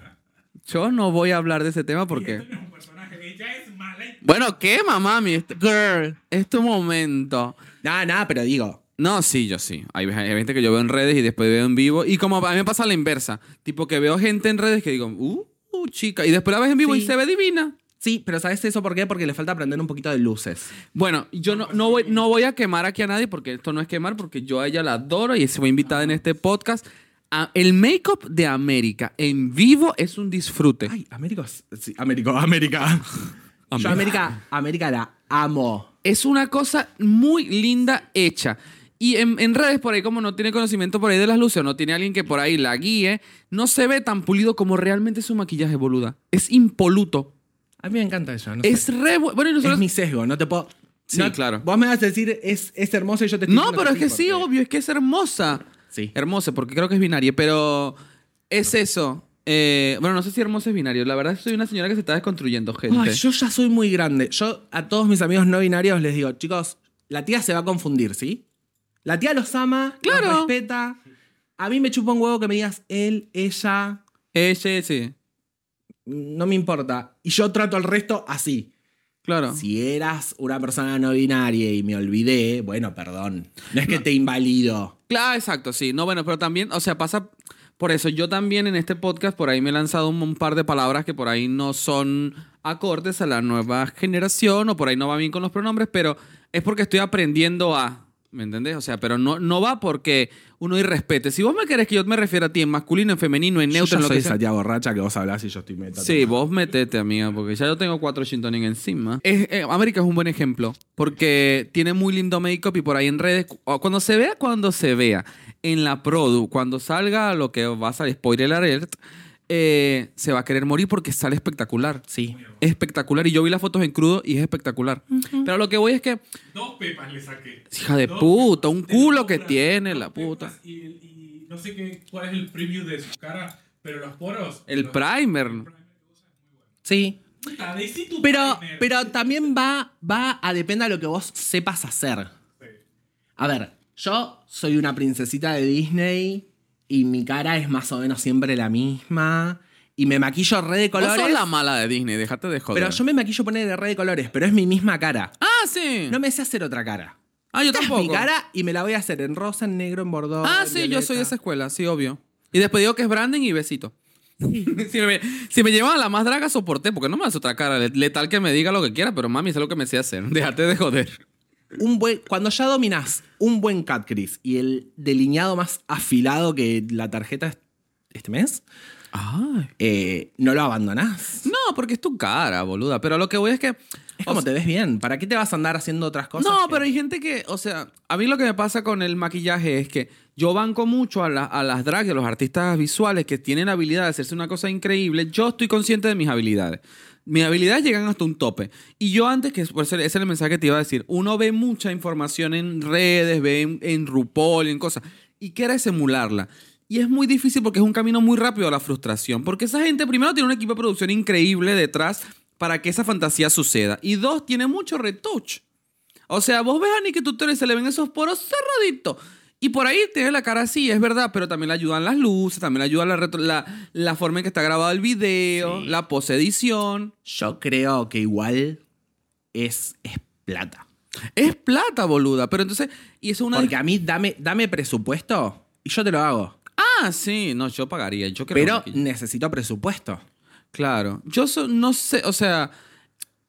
B: Yo no voy a hablar de ese tema porque.
E: Es un personaje. Ella es mala y
B: Bueno, ¿qué, mamá? Mi Girl. Es tu momento.
C: Nada, nada, pero digo.
B: No, sí, yo sí. Hay, hay gente que yo veo en redes y después veo en vivo. Y como a mí me pasa la inversa. Tipo que veo gente en redes que digo, uh, uh, chica. Y después la ves en vivo
C: Sí.
B: y se ve divina.
C: Sí, pero ¿sabes eso por qué? Porque le falta aprender un poquito de luces.
B: Bueno, yo no, no, voy, no voy a quemar aquí a nadie porque esto no es quemar, porque yo a ella la adoro y se fue invitada en este podcast. Ah, el make-up de América en vivo es un disfrute.
C: Ay, América. Sí, América, América. Yo América, América la amo.
B: Es una cosa muy linda hecha. Y en, en redes, por ahí, como no tiene conocimiento por ahí de las luces, o no tiene alguien que por ahí la guíe, no se ve tan pulido como realmente su maquillaje, boluda. Es impoluto.
C: A mí me encanta eso. No sé.
B: Es re bu- bueno. y
C: Es
B: nosotros-
C: mi sesgo, no te puedo.
B: Sí,
C: no-
B: claro.
C: Vos me vas a decir, es, es hermosa y yo te estoy
B: No,
C: diciendo
B: pero es que sí,
C: porque-
B: obvio, es que es hermosa.
C: Sí.
B: Hermosa, porque creo que es binaria, pero es eso. Eh, bueno, no sé si hermosa es binario. La verdad, soy una señora que se está desconstruyendo, gente.
C: Ay, yo ya soy muy grande. Yo a todos mis amigos no binarios les digo, chicos, la tía se va a confundir, ¿sí? La tía los ama,
B: Claro.
C: los respeta. A mí me chupa un huevo que me digas él, ella,
B: Ella, Eh, sí.
C: no me importa. Y yo trato al resto así.
B: Claro.
C: Si eras una persona no binaria y me olvidé, bueno, perdón. No es que te invalido.
B: Claro, exacto, sí. No, bueno, pero también, o sea, pasa por eso. Yo también en este podcast por ahí me he lanzado un, un par de palabras que por ahí no son acordes a la nueva generación o por ahí no va bien con los pronombres, pero es porque estoy aprendiendo a, ¿me entendés? O sea, pero no, no va porque uno irrespete. Si vos me querés que yo me refiera a ti en masculino, en femenino, en
C: Yo
B: neutro,
C: ya
B: en lo
C: soy
B: que
C: esa
B: sea.
C: tía borracha que vos hablás y yo estoy meta.
B: Sí, vos metete, amiga, porque ya yo tengo cuatro gin tonic encima. Es- eh, América es un buen ejemplo, porque tiene muy lindo make-up y por ahí en redes, cu- o cuando se vea, cuando se vea, en la produ, cuando salga lo que va a salir, spoiler alert, eh, se va a querer morir porque sale espectacular.
C: Sí.
B: Es espectacular, y yo vi las fotos en crudo y es espectacular. Pero lo que voy es que,
E: Dos pepas le saqué.
B: hija de
E: Dos
B: puta, un
E: pepas.
B: culo que
E: Dos
B: tiene la puta.
E: pepas Y, y no sé qué, cuál es el preview de su cara, pero los poros.
B: El
E: los-
B: primer.
C: Sí.
E: Puta, decí tu
C: Pero,
E: primer.
C: pero también va, va a depender de lo que vos sepas hacer. A ver, yo soy una princesita de Disney y mi cara es más o menos siempre la misma. Y me maquillo re de
B: Vos
C: colores.
B: sos la mala de Disney, déjate de joder.
C: pero yo me maquillo poner de re de colores, pero es mi misma cara.
B: Ah, sí.
C: No me sé hacer otra cara.
B: ah, yo
C: Esta es
B: tampoco.
C: mi cara y me la voy a hacer en rosa, en negro, en bordón.
B: Ah,
C: en
B: sí, yo soy de esa
C: violeta.
B: escuela, sí, obvio. Y después digo que es Brandon y besito. si, me, si me llevan a la más draga, soporté, porque no me hace otra cara. Le- Letal que me diga lo que quiera, pero mami, eso es lo que me sé hacer. Déjate de joder.
C: Un buen, cuando ya dominás un buen cat crease y el delineado más afilado que la tarjeta est- este mes,
B: Ay.
C: eh, no lo abandonás.
B: No, porque es tu cara, boluda. Pero a lo que voy es que.
C: Es como te ves bien. ¿Para qué te vas a andar haciendo otras cosas?
B: No,
C: que-
B: pero hay gente que, o sea, a mí lo que me pasa con el maquillaje es que yo banco mucho a, la- a las drag y a los artistas visuales que tienen la habilidad de hacerse una cosa increíble. Yo estoy consciente de mis habilidades. Mis habilidades llegan hasta un tope. Y yo antes, que por eso ese es el mensaje que te iba a decir, uno ve mucha información en redes, ve en, en RuPaul, en cosas, y quieres emularla. Y es muy difícil porque es un camino muy rápido a la frustración. Porque esa gente, primero, tiene un equipo de producción increíble detrás para que esa fantasía suceda. Y dos, tiene mucho retouch. O sea, vos ves a Nicky Tutorial y se le ven esos poros cerraditos. Y por ahí tiene la cara así, es verdad, pero también le ayudan las luces, también le ayuda la, retro- la, la forma en que está grabado el video, la posedición.
C: Yo creo que igual es, es plata.
B: Es plata, boluda. Pero entonces, y eso es una.
C: Porque a mí dame, dame presupuesto y yo te lo hago.
B: Ah, sí, no, yo pagaría. Yo creo
C: Pero necesito presupuesto.
B: Claro. Yo so- no sé, o sea,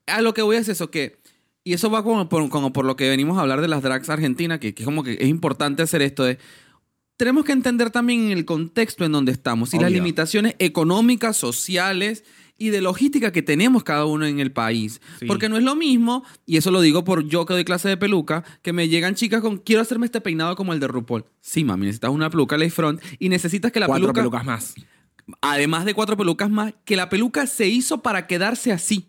B: a lo que voy es eso, que... Y eso va como por, como por lo que venimos a hablar de las drags argentinas, que, que es como que es importante hacer esto. De, tenemos que entender también el contexto en donde estamos y las
C: Obvio.
B: limitaciones económicas, sociales y de logística que tenemos cada uno en el país.
C: Sí.
B: Porque no es lo mismo, y eso lo digo por yo que doy clase de peluca, que me llegan chicas con quiero hacerme este peinado como el de RuPaul. Sí, mami, necesitas una peluca lay front y necesitas que la
C: Cuatro
B: peluca
C: pelucas más.
B: además de cuatro pelucas más, que la peluca se hizo para quedarse así.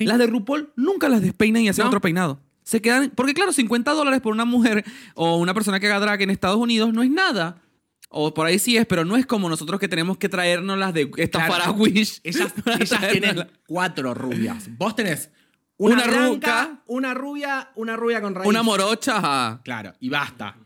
B: Las de RuPaul nunca las despeinan y hacen
C: No.
B: otro peinado. Se quedan, porque claro, 50 dólares por una mujer o una persona que haga drag en Estados Unidos no es nada. O por ahí sí es, pero no es como nosotros que tenemos que traernos las de esta
C: Claro.
B: para Wish.
C: Ellas,
B: Para
C: ellas tienen
B: traérnoslas.
C: cuatro rubias. Vos tenés
B: Una
C: una, blanca,
B: ruca.
C: una rubia, una rubia con raíz.
B: una morocha. ajá.
C: Claro, y basta.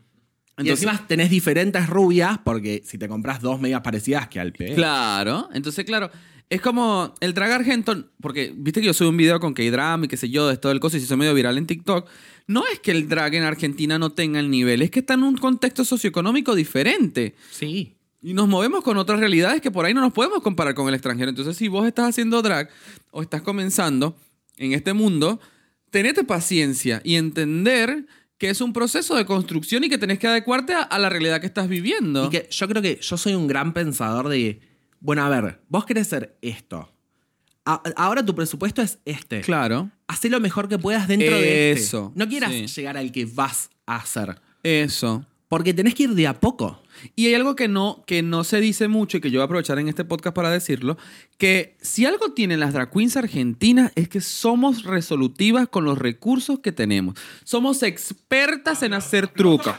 B: Entonces-
C: y encima tenés diferentes rubias porque si te compras dos medias parecidas que al pe.
B: Claro. Entonces, claro, es como el drag argentón, porque viste que yo subí un video con K-Dram y qué sé yo, de todo el coso y se hizo medio viral en TikTok. No es que el drag en Argentina no tenga el nivel, es que está en un contexto socioeconómico diferente.
C: Sí.
B: Y nos movemos con otras realidades que por ahí no nos podemos comparar con el extranjero. Entonces, si vos estás haciendo drag o estás comenzando en este mundo, tenete paciencia y entender que es un proceso de construcción y que tenés que adecuarte a, a la realidad que estás viviendo.
C: Y que yo creo que yo soy un gran pensador de, bueno, a ver, vos querés hacer esto. A- ahora tu presupuesto es este.
B: Claro.
C: Hacé lo mejor que puedas dentro de este.
B: Eso,
C: No quieras
B: sí.
C: llegar al que vas a hacer.
B: Eso.
C: Porque tenés que ir de a poco.
B: Y hay algo que no, que no se dice mucho y que yo voy a aprovechar en este podcast para decirlo, que si algo tienen las drag queens argentinas es que somos resolutivas con los recursos que tenemos. Somos expertas en hacer trucos.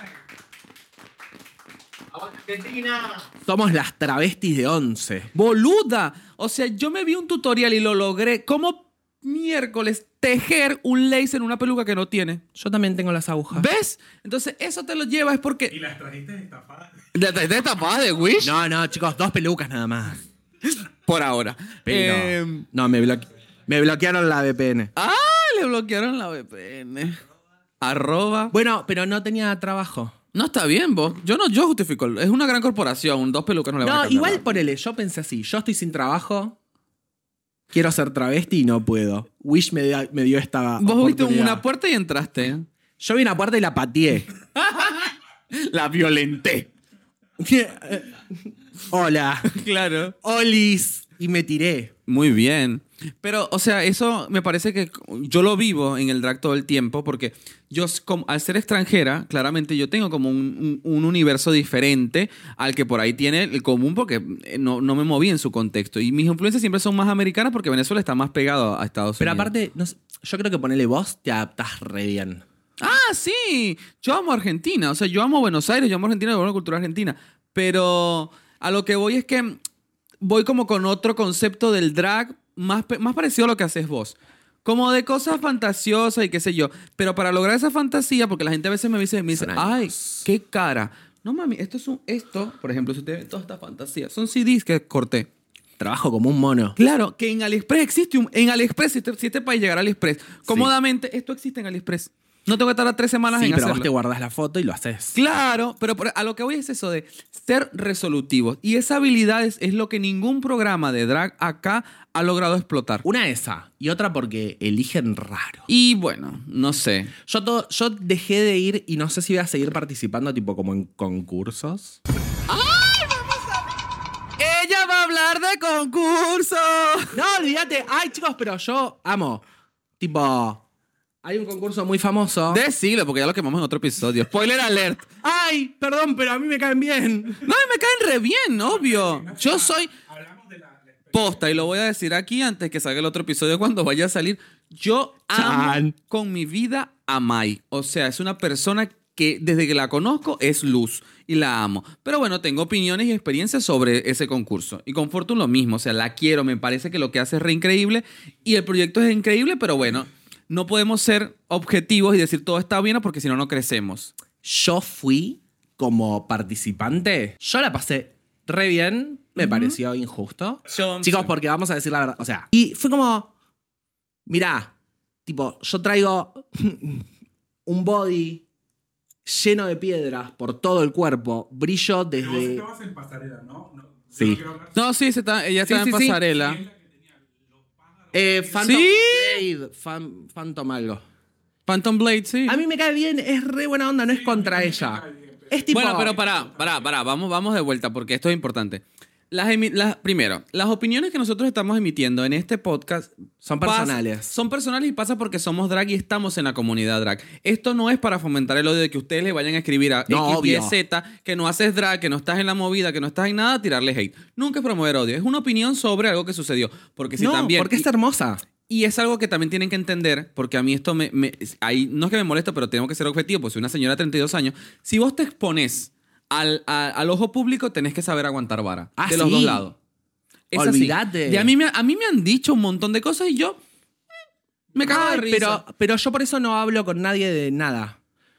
C: Somos las travestis de 11.
B: Boluda. O sea, yo me vi un tutorial y lo logré. ¿Cómo miércoles tejer un lace en una peluca que no tiene?
C: Yo también tengo las agujas.
B: ¿Ves? Entonces eso te lo lleva es
E: Y
B: porque...
E: las trajiste estafadas.
B: ¿Te, te tapadas de Wish?
C: No, no, chicos, dos pelucas nada más.
B: Por ahora.
C: Pero-
B: Eh,
C: no, me, bloque- me bloquearon la VPN.
B: Ah, le bloquearon la VPN. Arroba.
C: Bueno, pero no tenía trabajo.
B: No está bien, vos. Yo no, yo justifico. Es una gran corporación. Dos pelucas no le van a
C: No,
B: cambiar
C: igual
B: nada.
C: ponele, yo pensé así, yo estoy sin trabajo, quiero ser travesti y no puedo. Wish me, da- me dio esta
B: Vos viste
C: oportunidad.
B: una puerta y entraste.
C: Yo vi una puerta y la pateé.
B: La violenté.
C: Hola,
B: Claro.
C: Olis, y me tiré.
B: Muy bien. Pero, o sea, eso me parece que yo lo vivo en el drag todo el tiempo porque yo, s- como- al ser extranjera, claramente yo tengo como un, un- un universo diferente al que por ahí tiene el común porque eh, no, no me moví en su contexto. Y mis influencias siempre son más americanas porque Venezuela está más pegado a Estados
C: Pero
B: Unidos.
C: aparte, no sé, yo creo que ponele vos te adaptás re bien.
B: Ah, sí. Yo amo Argentina. O sea, yo amo Buenos Aires, yo amo Argentina, yo amo la cultura argentina. Pero a lo que voy es que mm, voy como con otro concepto del drag más, pe- más parecido a lo que haces vos. Como de cosas fantasiosas y qué sé yo. Pero para lograr esa fantasía, porque la gente a veces me dice, me dice,
C: Son
B: ay, qué cara. No mami, esto es un, esto, por ejemplo, si ustedes ven toda esta fantasía, son CDs que corté.
C: Trabajo como un mono.
B: Claro, que en AliExpress existe un. En AliExpress, si este, si este país llegara a AliExpress, cómodamente, esto existe en AliExpress. No tengo que tardar tres semanas
C: Sí,
B: en
C: pero
B: hacerlo.
C: vos te guardás la foto y lo haces.
B: Claro, pero por- a lo que voy es eso de ser resolutivos. Y esa habilidad es, es lo que ningún programa de drag acá ha logrado explotar.
C: Una esa y otra porque eligen raro.
B: Y bueno, no sé.
C: Yo, to- yo dejé de ir y no sé si voy a seguir participando tipo como en concursos.
B: ¡Ella va a hablar de concurso!
C: No, olvídate. Ay, chicos, pero yo amo. Tipo, hay un concurso muy famoso.
B: Decilo, porque ya lo quemamos en otro episodio. Spoiler alert.
C: Ay, perdón, pero a mí me caen bien.
B: No, y me caen re bien, obvio. Yo soy.
E: Hablamos de la, la experiencia.
B: posta, y lo voy a decir aquí antes que salga el otro episodio cuando vaya a salir. Yo amo
C: Chan.
B: con mi vida a Mai. O sea, es una persona que desde que la conozco es luz y la amo. Pero bueno, tengo opiniones y experiencias sobre ese concurso. Y con Fortune lo mismo. O sea, la quiero, me parece que lo que hace es re increíble y el proyecto es increíble, pero bueno. No podemos ser objetivos y decir todo está bien porque si no, no crecemos.
C: Yo fui como participante. Yo la pasé re bien. Me pareció injusto.
B: Yo-
C: Chicos, porque vamos a decir la verdad. O sea, y fue como. Mirá, tipo, yo traigo un body lleno de piedras por todo el cuerpo. Brillo
E: Pero vos
C: desde.
E: estabas en pasarela, ¿no? no yo
C: Sí.
E: no quiero hablar
B: No, sí, se está, ella está
C: sí,
B: en
C: sí.
B: pasarela.
C: Eh, Phantom
B: ¿Sí?
C: Blade, fan- Phantom algo.
B: Phantom Blade, sí.
C: A mí me cae bien, es re buena onda, no es contra ella. Es tipo.
B: Bueno, pero pará, pará, pará, vamos, vamos de vuelta porque esto es importante. Las, emi- las- primero, las opiniones que nosotros estamos emitiendo en este podcast
C: Son
B: pas-
C: personales.
B: son personales y pasa porque somos drag y estamos en la comunidad drag. Esto no es para fomentar el odio de que ustedes le vayan a escribir a
C: No,
B: X, Y,
C: obvio.
B: Z, que no haces drag, que no estás en la movida, que no estás en nada, tirarle hate. Nunca es promover odio, es una opinión sobre algo que sucedió. Porque si
C: no,
B: también.
C: porque
B: y-
C: es hermosa.
B: y es algo que también tienen que entender, porque a mí esto me, me- ahí, no es que me molesta, pero tengo que ser objetivo, pues soy una señora de 32 años. Si vos te expones al, a- al ojo público, tenés que saber aguantar vara.
C: Ah,
B: de los
C: sí.
B: dos lados. así.
C: Olvídate.
B: Y a mí, me, a mí me han dicho un montón de cosas y yo eh, me cago de
C: Ay,
B: risa.
C: pero, pero yo por eso no hablo con nadie de nada.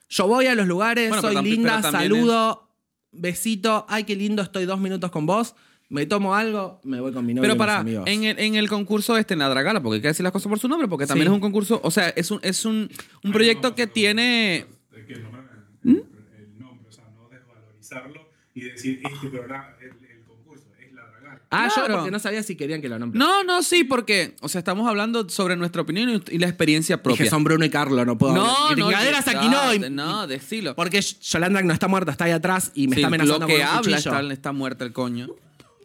C: Yo voy a los lugares,
B: Bueno, pero
C: soy
B: tam-
C: linda,
B: pero también
C: saludo, besito. Ay, qué lindo, estoy dos minutos con vos. Me tomo algo, me voy con mi novio.
B: Pero
C: y
B: para,
C: mis amigos.
B: en el, en el concurso este, en la Dragala, porque hay que decir las cosas por su nombre, porque también
C: Sí.
B: es un concurso, o sea, es un, es un, un proyecto que tiene...
E: Es que el nombre, el nombre, o sea, no desvalorizarlo y decir
B: Ah.
E: este programa, el, el concurso, es la dragada.
C: Ah,
B: Claro.
C: yo porque no sabía si querían que lo nombre.
B: No, no, sí, porque, o sea, estamos hablando sobre nuestra opinión y- y la experiencia propia.
C: Dije, son Bruno y Carlos, no puedo.
B: No,
C: hablar.
B: no,
C: Gringaderas aquí no.
B: exacto,
C: y-
B: No, decilo.
C: Porque Yolanda no está muerta, está ahí atrás y me
B: Sí,
C: está amenazando
B: lo que
C: con un
B: habla
C: cuchillo.
B: está, está muerta el coño.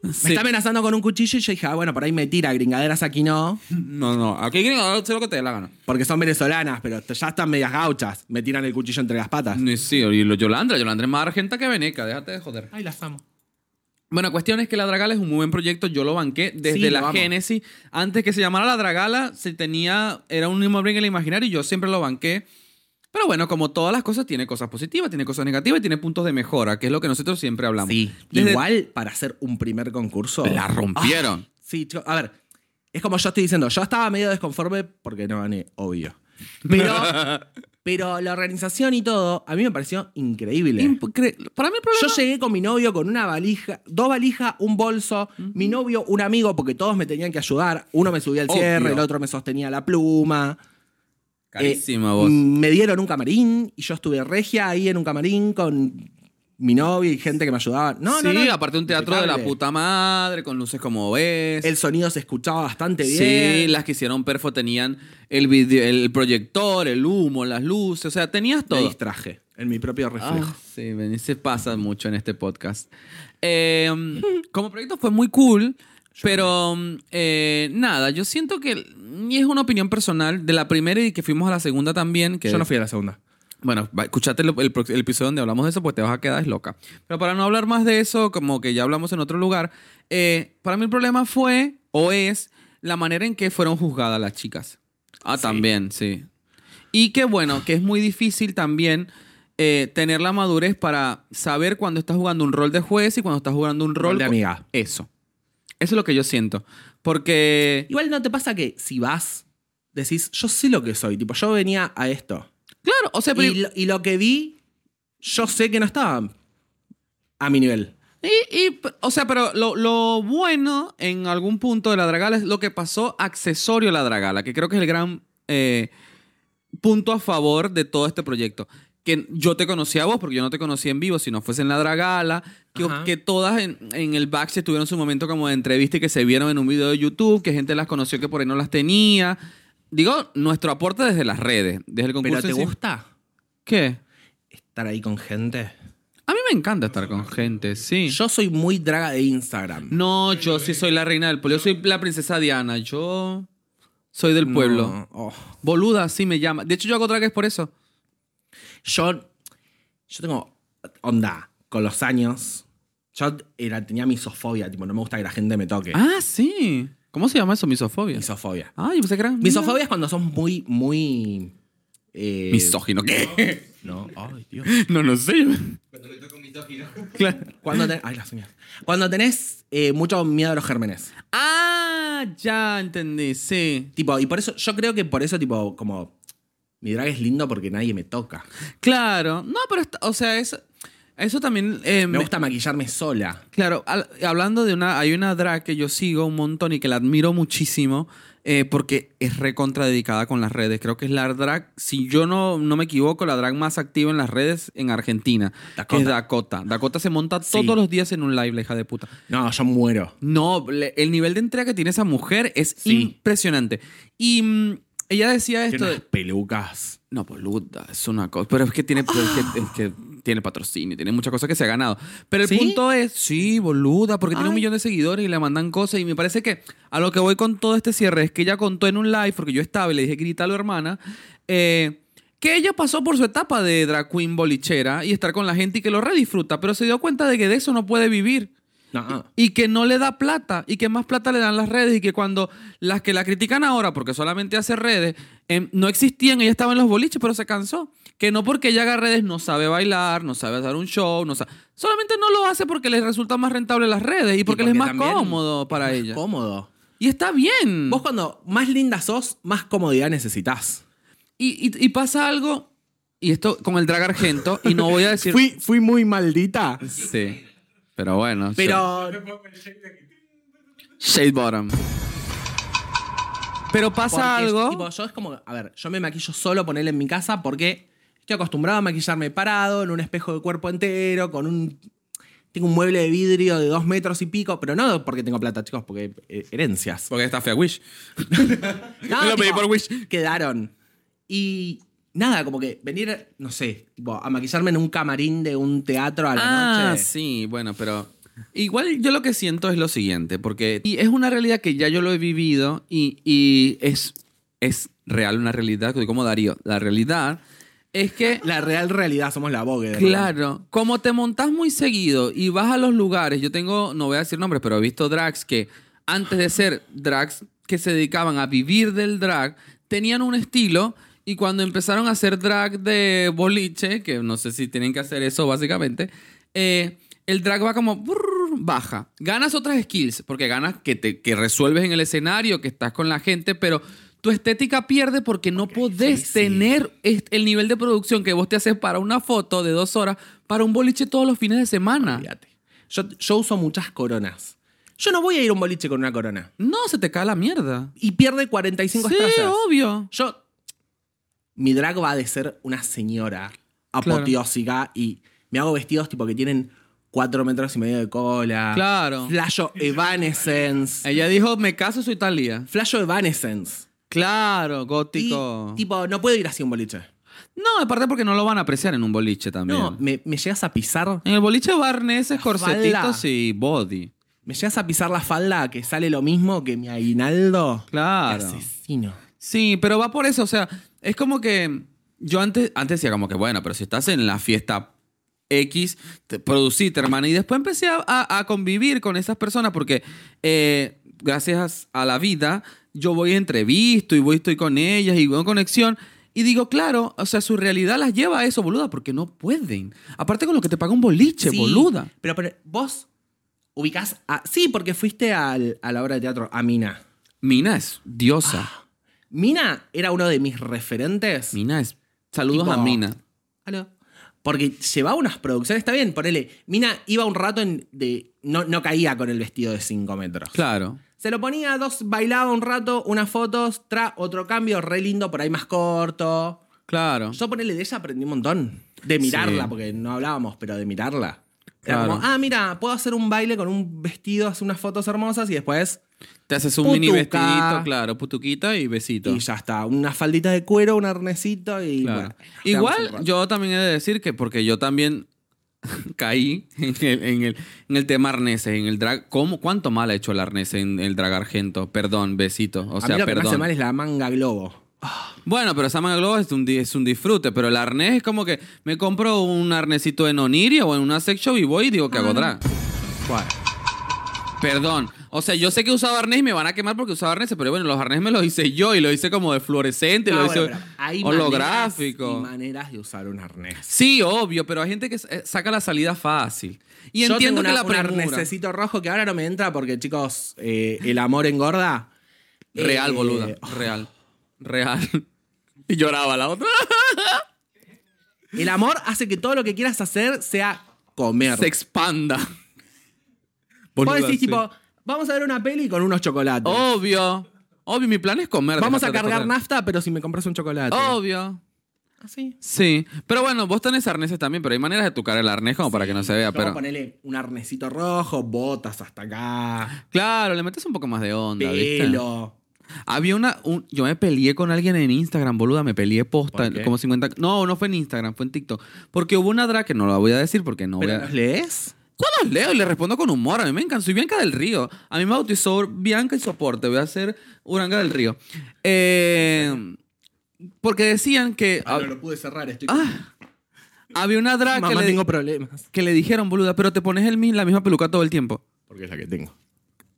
B: Sí.
C: Me está amenazando con un cuchillo y yo dije, ah, bueno, por ahí me tira, gringaderas aquí no,
B: No, no. Aquí gringo, sé lo que te dé la gana.
C: porque son venezolanas, pero ya están medias gauchas. Me tiran el cuchillo entre las patas.
B: No, sí, y lo Yolanda, Yolanda es más argenta que Veneca, déjate de joder.
F: Ay, las amo.
B: Bueno, cuestión es que La Dragala es un muy buen proyecto. Yo lo banqué desde
C: Sí, lo
B: la
C: amo.
B: génesis. Antes que se llamara La Dragala, se tenía, era un inmueble en el imaginario y yo siempre lo banqué. Pero bueno, como todas las cosas, tiene cosas positivas, tiene cosas negativas y tiene puntos de mejora, que es lo que nosotros siempre hablamos.
C: Sí.
B: Desde-
C: Igual para hacer un primer concurso.
B: La rompieron.
C: Ah, sí, chico, a ver. Es como yo estoy diciendo, yo estaba medio desconforme porque no gané, obvio. Pero, pero la organización y todo, a mí me pareció increíble.
B: Incre- Para mí el problema...
C: yo llegué con mi novio con una valija, dos valijas, un bolso, mi novio, un amigo, porque todos me tenían que ayudar. Uno me subía al
B: Obvio.
C: cierre, el otro me sostenía la pluma.
B: Carísima
C: Eh,
B: vos.
C: Me dieron un camarín y yo estuve regia ahí en un camarín con mi novio y gente que me ayudaba. No,
B: sí,
C: no, no,
B: aparte un teatro de la
C: impecable.
B: puta madre, con luces como ves.
C: El sonido se escuchaba bastante bien.
B: Sí, las que hicieron perfo tenían el, video- el proyector, el humo, las luces, o sea, tenías
C: Me
B: todo.
C: distraje en mi propio reflejo.
B: Ah, sí, ven, se pasa mucho en este podcast. Eh, como proyecto fue muy cool, pero eh, nada, yo siento que, y es una opinión personal, de la primera y que fuimos a la segunda también, que
C: Yo no fui a la segunda.
B: bueno, va- escuchate el, el pro- el episodio donde hablamos de eso, pues te vas a quedar es loca. Pero para no hablar más de eso, como que ya hablamos en otro lugar, eh, para mí el problema fue o es la manera en que fueron juzgadas las chicas. Ah, también, sí. Y que bueno, que es muy difícil también eh, tener la madurez para saber cuando estás jugando un rol de juez y cuando estás jugando un rol
C: de
B: co-
C: amiga.
B: Eso. Eso es lo que yo siento. Porque...
C: Igual no te pasa que si vas, decís, yo sé lo que soy. Tipo, yo venía a esto.
B: Claro, o sea, pero...
C: Y lo, y lo que vi, yo sé que no estaba a mi nivel.
B: Y, y, o sea, pero lo, lo bueno en algún punto de la Dragala es lo que pasó accesorio a la Dragala, que creo que es el gran eh, punto a favor de todo este proyecto. Que yo te conocí a vos, porque yo no te conocí en vivo, si no fuese en la Dragala, que,
C: Ajá.
B: que todas en, en el backstage tuvieron su momento como de entrevista y que se vieron en un video de YouTube, que gente las conoció que por ahí no las tenía. Digo, nuestro aporte desde las redes, desde el concurso.
C: Pero ¿te
B: en sí.
C: gusta
B: ¿Qué?
C: estar ahí con gente?
B: A mí me encanta estar con gente, sí.
C: Yo soy muy draga de Instagram.
B: No, yo sí soy la reina del pueblo. Yo soy la princesa Diana. Yo soy del pueblo.
C: No, oh.
B: Boluda, así me llama. De hecho, yo hago dragas por eso.
C: Yo, yo tengo onda con los años. Yo era- tenía misofobia, tipo, no me gusta que la gente me toque.
B: Ah, sí. ¿Cómo se llama eso? Misofobia.
C: Misofobia.
B: ah, yo pensé que era.
C: Misofobia es cuando sos muy, muy. eh,
B: Misógino. ¿Qué?
C: No, ay, Dios.
B: No, no sé. Claro.
C: Cuando ten- ay, las uñas. Cuando tenés eh, mucho miedo a los gérmenes.
B: Ah, ya entendí. Sí.
C: Tipo, y por eso, yo creo que por eso, tipo, como. Mi drag es lindo porque nadie me toca.
B: Claro. No, pero, está- o sea, eso, eso también. eh,
C: Me gusta maquillarme sola.
B: Claro, al- hablando de una, hay una drag que yo sigo un montón y que la admiro muchísimo eh, porque es recontradicada con las redes. Creo que es la drag, si yo no, no me equivoco, la drag más activa en las redes en Argentina.
C: Dakota.
B: Que es Dakota. Dakota se monta
C: Sí.
B: todos los días en un live, la hija de puta.
C: No, yo muero.
B: No, le- el nivel de entrega que tiene esa mujer es
C: Sí.
B: impresionante. Y mm, ella decía
C: Tiene
B: esto. de-
C: unas pelucas.
B: no, boluda, es una cosa. Pero es que tiene, pero es que, es que tiene patrocinio, tiene muchas cosas que se ha ganado. Pero el
C: ¿Sí?
B: punto es, sí, boluda, porque tiene un
C: Ay.
B: millón de seguidores y le mandan cosas. Y me parece que a lo que voy con todo este cierre es que ella contó en un live, porque yo estaba y le dije, grítalo, hermana, eh, que ella pasó por su etapa de drag queen bolichera y estar con la gente y que lo redisfruta, pero se dio cuenta de que de eso no puede vivir
C: No, ah.
B: y que no le da plata y que más plata le dan las redes y que cuando las que la critican ahora porque solamente hace redes em, no existían ella estaba en los boliches pero se cansó que no porque ella haga redes no sabe bailar no sabe hacer un show no sabe solamente no lo hace porque les resulta más rentable las redes y porque, les es más
C: también
B: cómodo para
C: es más
B: ella Mm.
C: Cómodo.
B: y está bien
C: Vos cuando más linda sos, más comodidad necesitas.
B: y, y- y pasa algo y esto con el drag argento y no voy a decir
C: fui muy maldita.
B: sí pero bueno
C: Pero
G: Yo pongo el shade aquí.
B: shade bottom pero pasa
C: Porque,
B: algo
C: tipo, yo es como, a ver, yo me maquillo solo ponerle en mi casa porque estoy acostumbrado a maquillarme parado, en un espejo de cuerpo entero, con un. Tengo un mueble de vidrio de dos metros y pico, pero no porque tengo plata, chicos, porque eh, herencias.
B: porque está fea Wish
C: No,
B: Lo pedí
C: tipo,
B: por Wish.
C: Quedaron. Y nada, como que venir, no sé, tipo, a maquillarme en un camarín de un teatro a la
B: ah,
C: noche.
B: sí, bueno, pero Igual yo lo que siento es lo siguiente, porque y es una realidad que ya yo lo he vivido y, y es, es real una realidad, como Darío, la realidad es que,
C: La real realidad, somos la bogue. de verdad.
B: claro, como te montás muy seguido y vas a los lugares, yo tengo, no voy a decir nombres, pero he visto drags que antes de ser drags que se dedicaban a vivir del drag, tenían un estilo y cuando empezaron a hacer drag de boliche, que no sé si tienen que hacer eso básicamente, eh, el drag va como brrr, baja. Ganas otras skills, porque ganas que, te, que resuelves en el escenario, que estás con la gente, pero tu estética pierde porque no podés tener est- el nivel de producción que vos te haces para una foto de dos horas para un boliche todos los fines de semana.
C: Olvídate. Yo, yo uso muchas coronas. Yo no voy a ir a un boliche con una corona.
B: No, se te cae la mierda.
C: Y pierde
B: Sí,
C: 45 estrellas.
B: obvio.
C: Yo. Mi drag va de ser una señora apoteósica y me hago vestidos tipo que tienen 4 metros y medio de cola.
B: Claro.
C: Flasho Evanescence.
B: Ella dijo, me caso, soy Talía.
C: Flasho Evanescence.
B: Claro,
C: Y,
B: gótico.
C: tipo, no puedo ir así a un boliche.
B: No, aparte porque no lo van a apreciar en un boliche también.
C: No, me, me llegas a pisar.
B: En el boliche barneses,
C: La
B: corsetitos
C: falda.
B: y body.
C: Me llegas a pisar la falda que sale lo mismo que mi aguinaldo.
B: Claro.
C: Asesino.
B: Sí, pero va por eso. O sea, es como que yo antes, antes decía como que, bueno, pero si estás en la fiesta X, te producí, te hermana. Y después empecé a, a- a convivir con esas personas porque eh, gracias a la vida yo voy a entrevisto y voy, estoy con ellas y veo conexión. Y digo, claro, o sea, su realidad las lleva a eso, boluda, porque no pueden. Aparte con lo que te paga un boliche,
C: Sí,
B: boluda.
C: Pero, pero vos ubicás a... Sí, porque fuiste al- a la obra de teatro, a Mina.
B: Mina es diosa.
C: Ah. Mina era uno de mis referentes.
B: Mina es. Saludos
C: Tipo-
B: a Mina.
C: Aló. Porque llevaba unas producciones, está bien, ponele. Mina iba un rato en- de... No, no caía con el vestido de 5 metros.
B: Claro.
C: Se lo ponía, dos, bailaba un rato, unas fotos, tra, otro cambio, re lindo, por ahí más corto.
B: Claro.
C: Yo ponele de ella aprendí un montón. De mirarla,
B: Sí.
C: porque no hablábamos, pero de mirarla. Era
B: Claro.
C: como, ah, mira, puedo hacer un baile con un vestido, hacer unas fotos hermosas y después.
B: Te haces un mini
C: Putuca.
B: vestidito, claro, putuquita y besito.
C: Y ya está. Una faldita de cuero, un arnecito y.
B: Claro.
C: bueno, quedamos un
B: Igual
C: rato.
B: yo también he de decir que porque yo también caí en el, en el, en el tema arneses, en el drag. ¿cómo, ¿Cuánto mal ha hecho el arnés en el drag argento? Perdón, besito. O
C: A
B: sea,
C: mí lo que me hace
B: perdón.
C: mal es la manga globo.
B: Bueno, pero esa manga globo es un, di- es un disfrute, pero el arnés es como que me compro un arnesito en Oniria o en una sex shop y voy y digo que
C: Ah,
B: hago drag. Perdón. O sea, yo sé que usaba arnés y me van a quemar porque usaba arnés, pero bueno, los arnés me los hice yo y lo hice como de fluorescente, este
C: Ah,
B: lo
C: bueno,
B: hice
C: pero hay
B: holográfico.
C: Maneras y maneras de usar un arnés.
B: Sí, obvio, pero hay gente que eh, saca la salida fácil. Y
C: Yo
B: entiendo
C: tengo
B: que
C: una-
B: la premura...
C: Un arnecito rojo que ahora no me entra porque, chicos, eh, el amor engorda.
B: Real,
C: Eh,
B: boluda. Real. Real. Y lloraba la otra.
C: El amor hace que todo lo que quieras hacer sea comer.
B: Se expanda.
C: Vos
B: Boluda,
C: decís,
B: sí. Oh,
C: tipo, vamos a ver una peli con unos chocolates.
B: Obvio. Obvio, mi plan es comer.
C: vamos a
B: dejarte de joder.
C: cargar nafta, pero si me compras un chocolate. Ah,
B: Obvio.
C: Así.
B: Sí. Pero bueno, vos tenés arneses también, pero hay maneras de tocar el arnés como para que no se vea. Ah, Pero
C: Ponele un arnecito rojo, botas hasta acá,
B: claro, le metes un poco más de onda, ¿viste?
C: pelo.
B: Había una. un- yo me peleé con alguien en Instagram, boluda. Me peleé posta.
C: ¿Por qué?
B: Como 50. No, no fue en Instagram, fue en TikTok. Porque hubo una drag que no la voy a decir porque no voy
C: ¿Pero
B: a.
C: los lees?
B: Yo los leo y le respondo con humor. A mí me encanta. Soy Bianca del Río. A mí me bautizó Bianca y soporte. Voy a ser Uranga del Río. Eh, porque decían que.
C: Ah, no lo pude cerrar, estoy.
B: Ah, había una drag que
C: Mamá,
B: le,
C: tengo problemas.
B: que le dijeron, boluda, pero te pones el, mi- la misma peluca todo el tiempo.
C: Porque es la que tengo.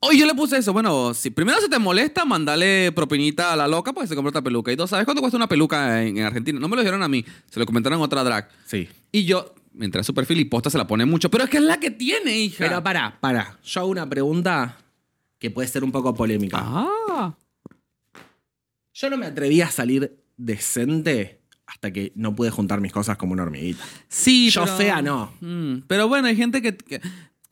B: Hoy Oh, yo le puse eso. Bueno, si primero se te molesta, mandale propinita a la loca para que se compre otra peluca. Y tú sabes cuánto cuesta una peluca en, en Argentina. No me lo dijeron a mí, se lo comentaron a otra drag.
C: Sí.
B: Y yo entré a su perfil y posta se la pone mucho. Pero es que es la que tiene, hija.
C: Pero pará, pará. Yo hago una pregunta que puede ser un poco polémica.
B: Ah.
C: Yo no me atreví a salir decente hasta que no pude juntar mis cosas como una hormiguita.
B: Sí,
C: Yo
B: pero-
C: sea, no.
B: Mm, pero bueno, hay gente que, que-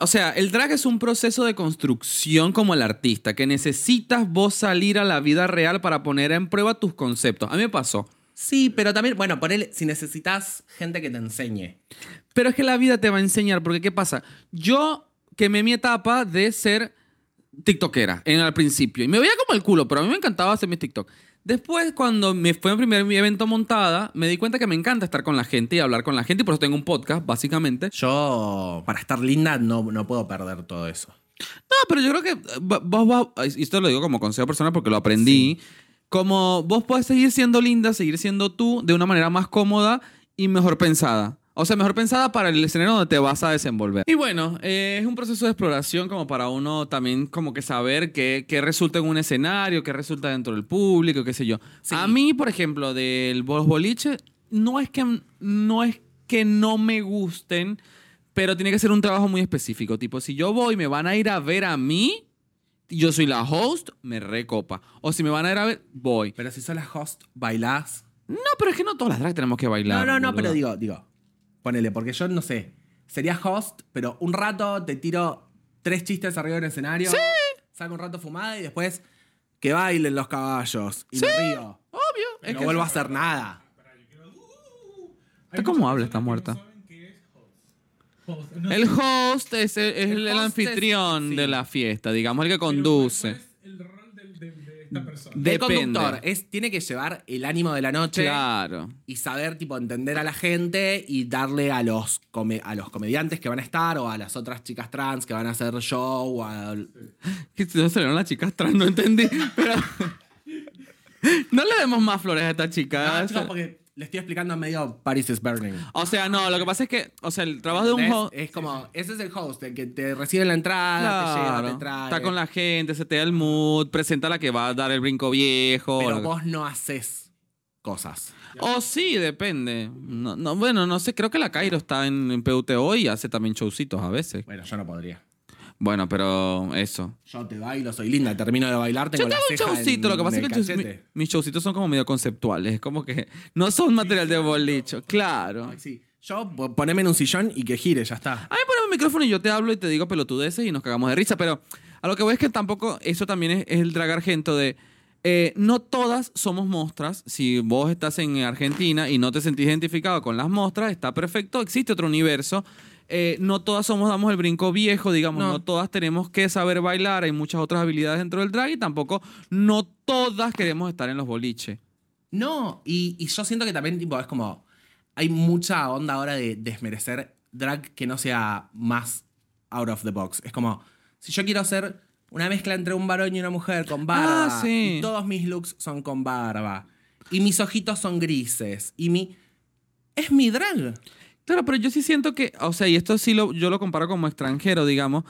B: O sea, el drag es un proceso de construcción como el artista, que necesitas vos salir a la vida real para poner en prueba tus conceptos. A mí me pasó.
C: Sí, pero también, bueno, ponele, si necesitas gente que te enseñe.
B: Pero es que la vida te va a enseñar, porque ¿qué pasa? Yo quemé mi etapa de ser tiktokera en al principio. Y me veía como el culo, pero a mí me encantaba hacer mis tiktok. Después, cuando me fue mi primer evento montada, me di cuenta que me encanta estar con la gente y hablar con la gente, y por eso tengo un podcast, básicamente.
C: Yo, para estar linda, no, no puedo perder todo eso.
B: No, pero yo creo que eh, va- vos, va- y esto lo digo como consejo personal porque lo aprendí, como vos podés seguir siendo linda, seguir siendo tú de una manera más cómoda y mejor pensada. O sea, mejor pensada para el escenario donde te vas a desenvolver. Y bueno, eh, es un proceso de exploración como para uno también como que saber qué, qué resulta en un escenario, qué resulta dentro del público, qué sé yo. A mí, por ejemplo, del los boliche, no es que no es que no me gusten, pero tiene que ser un trabajo muy específico. Tipo, si yo voy, me van a ir a ver a mí, yo soy la host, me recopa. O si me van a ir a ver, voy.
C: Pero si sos la host, bailás.
B: No, pero es que no todas las drag tenemos que bailar.
C: no, no, no,
B: boluda.
C: pero digo, digo, ponele, porque yo no sé. Sería host, pero un rato te tiro tres chistes arriba del escenario. Sí. Saco un rato fumada y después que bailen los caballos. Y me río.
B: Obvio.
C: Y
B: es
C: no
B: que-
C: vuelvo a hacer nada.
E: Hay
B: cómo
E: muchas
B: habla esta
E: personas que
B: muerta?
E: no saben qué es host. Host, no
B: El
E: sé.
B: host es el, es
C: El
B: el
C: host es-
B: anfitrión
C: sí.
B: de la fiesta, digamos, el que
E: Pero,
B: conduce.
E: ¿Cuál es el rol del- de, de
B: Mm.
E: esta persona?
B: De- Depende.
C: El conductor es, tiene que llevar el ánimo de la noche
B: Claro.
C: y saber, tipo, entender a la gente y darle a los, come- a los comediantes que van a estar o a las otras chicas trans que van a hacer show. o a-
B: Que si no salieron las chicas trans, no entendí. Pero. no le demos más flores a esta chica.
C: No, chicos, porque le estoy explicando medio Paris is Burning.
B: o sea, no, lo que pasa es que, o sea, el trabajo de un
C: ¿Entendés?
B: host.
C: Es como, ese es el host, el que te recibe en la entrada, te lleva,
B: Claro.
C: te trae.
B: Está con la gente, se te da el mood, presenta a la que va a dar el brinco viejo.
C: Pero
B: la-
C: vos no haces cosas.
B: O sí, depende. No, no, bueno, no sé, creo que la Cairo está en, en PUTO y hace también showcitos a veces.
C: Bueno, yo no podría.
B: Bueno, pero eso.
C: Yo te bailo, soy linda, termino de bailar, tengo
B: Yo
C: la
B: tengo un
C: ceja
B: showcito,
C: en
B: lo que pasa es
C: el
B: que el show- mi-
C: cachete.
B: mis showcitos son como medio conceptuales, es como que no son material de bolicho, claro.
C: Ay, sí. Yo po- poneme en un sillón y que gire, ya está.
B: A mí poneme el micrófono y yo te hablo y te digo pelotudeces y nos cagamos de risa. Pero a lo que voy es que tampoco, eso también es, es el drag argento de. eh, no todas somos mostras. Si vos estás en Argentina y no te sentís identificado con las mostras, está perfecto, existe otro universo. Eh, no todas somos, damos el brinco viejo, digamos, no. todas tenemos que saber bailar, hay muchas otras habilidades dentro del drag y tampoco no todas queremos estar en los boliches.
C: No, y, y yo siento que también, tipo, es como. Hay mucha onda ahora de desmerecer drag que no sea más out of the box. Es como, si yo quiero hacer una mezcla entre un varón y una mujer con barba,
B: Ah, sí.
C: y todos mis looks son con barba, y mis ojitos son grises, y mi. Es mi drag.
B: Claro, pero yo sí siento que, o sea, y esto sí lo, yo lo comparo como extranjero, digamos.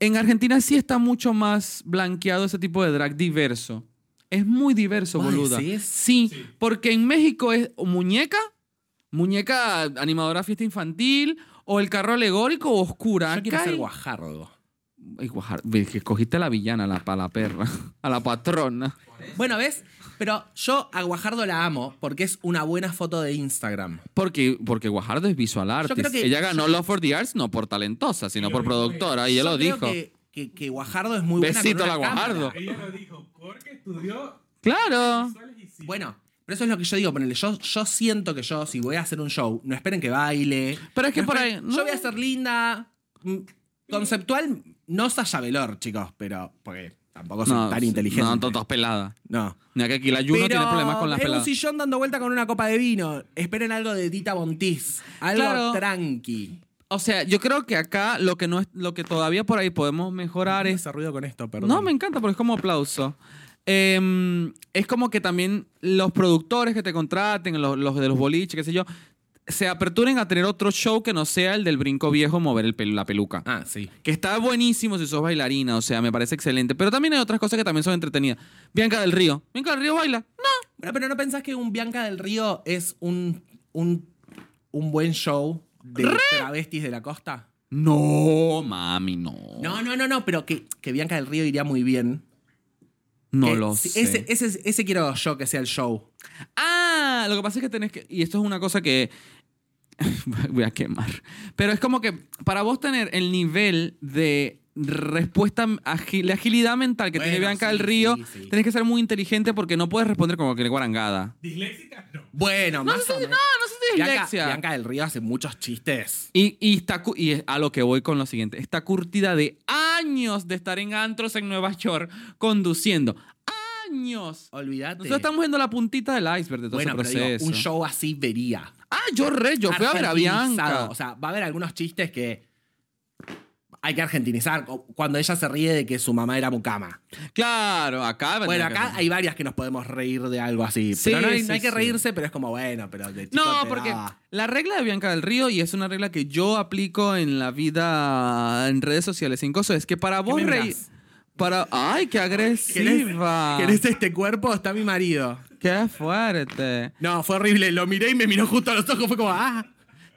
B: En Argentina sí está mucho más blanqueado ese tipo de drag diverso. Es muy diverso,
C: ¿Vos
B: boluda.
C: decís?
B: Sí, porque en México es o muñeca, muñeca animadora fiesta infantil, o el carro alegórico o oscura.
C: "Ah, Yo quiero
B: Acá
C: ser
B: hay-
C: guajardo.
B: Ay, guajar- ve que cogiste a la villana, a la, a la perra, a la patrona.
C: Bueno, ¿ves? Pero yo a Guajardo la amo porque es una buena foto de Instagram.
B: Porque, porque Guajardo es visual
C: creo
B: artist.
C: que-
B: Ella ganó
C: yo-
B: Love for the Arts no por talentosa, sino por productora. Y ella
C: Yo
B: lo
C: creo
B: dijo.
C: Que, que- que Guajardo es muy buena con
B: Besito a la
C: una cámara.
B: Guajardo.
E: Ella lo dijo porque estudió
B: Claro.
E: visuales y cine.
C: Bueno, pero eso es lo que yo digo, ponele, yo, yo siento que yo, si voy a hacer un show, no esperen que baile.
B: Pero es que
C: No
B: por
C: esperen-
B: ahí-
C: Yo
B: no.
C: voy a ser linda. mm, Conceptual, no Sasha Velor, chicos, pero. Porque tampoco soy tan
B: sí,
C: inteligente.
B: No, todos peladas.
C: No.
B: Mira que aquí la Juno tiene
C: Pero
B: problemas con las
C: en un
B: peladas.
C: sillón dando vuelta con una copa de vino. Esperen algo de Tita Bontis. Algo
B: Claro.
C: tranqui.
B: O sea, yo creo que acá lo que no es, lo que todavía por ahí podemos mejorar es.
C: Ese ruido con esto, perdón.
B: No, me encanta, porque es como aplauso. Em, es como que también los productores que te contraten, los, los de los boliches, qué sé yo, se aperturen a tener otro show que no sea el del brinco viejo mover el pelu- la peluca.
C: Ah, sí.
B: Que está buenísimo si sos bailarina, o sea, me parece excelente. Pero también hay otras cosas que también son entretenidas. Bianca del Río. Bianca del Río baila.
C: Bueno, pero ¿no pensás que un Bianca del Río es un, un, un buen show de travestis de la costa?
B: No, mami, no.
C: No, no, no, no, pero que, que Bianca del Río iría muy bien.
B: No
C: Que
B: lo
C: si-
B: sé.
C: Ese, ese, ese quiero yo que sea el show.
B: eh, Ah, lo que pasa es que tenés que. Y esto es una cosa que. Voy a quemar. Pero es como que para vos tener el nivel de respuesta, agi- la agilidad mental que tiene
C: Bueno,
B: Bianca
C: sí,
B: del Río,
C: sí, sí.
B: tenés que ser muy inteligente porque no puedes responder como que le guarangada.
E: Disléxica, no.
C: Bueno,
B: No,
C: más
B: sé
C: o
B: si- no,
C: menos.
B: Ah, no sé si es
C: Bianca,
B: dislexia.
C: Bianca del Río hace muchos chistes.
B: Y, y está cu- y es a lo que voy con lo siguiente. Está curtida de años de estar en antros en Nueva York conduciendo. años.
C: Olvídate.
B: Nosotros estamos viendo la puntita del iceberg de todo
C: bueno,
B: ese
C: pero digo,
B: proceso.
C: un show así vería.
B: Ah, yo re, yo fui a ver a
C: Argentinizado.
B: Bianca.
C: O sea, va a haber algunos chistes que hay que argentinizar. o Cuando ella se ríe de que su mamá era mucama.
B: claro, acá.
C: Bueno, acá hay varias que nos podemos reír de algo así.
B: Sí,
C: pero no hay,
B: sí,
C: no hay que
B: sí.
C: reírse, pero es como, bueno, pero de Ah. chico
B: No,
C: te
B: porque
C: daba.
B: la regla de Bianca del Río, y es una regla que yo aplico en la vida, en redes sociales, sin cosas, es que para vos
C: me
B: reír.
C: mirás?
B: Para. ¡Ay, qué agresiva!
C: ¿Querés este cuerpo? Está mi marido.
B: ¡Qué fuerte!
C: No, fue horrible. Lo miré y me miró justo a los ojos. Fue como, ah.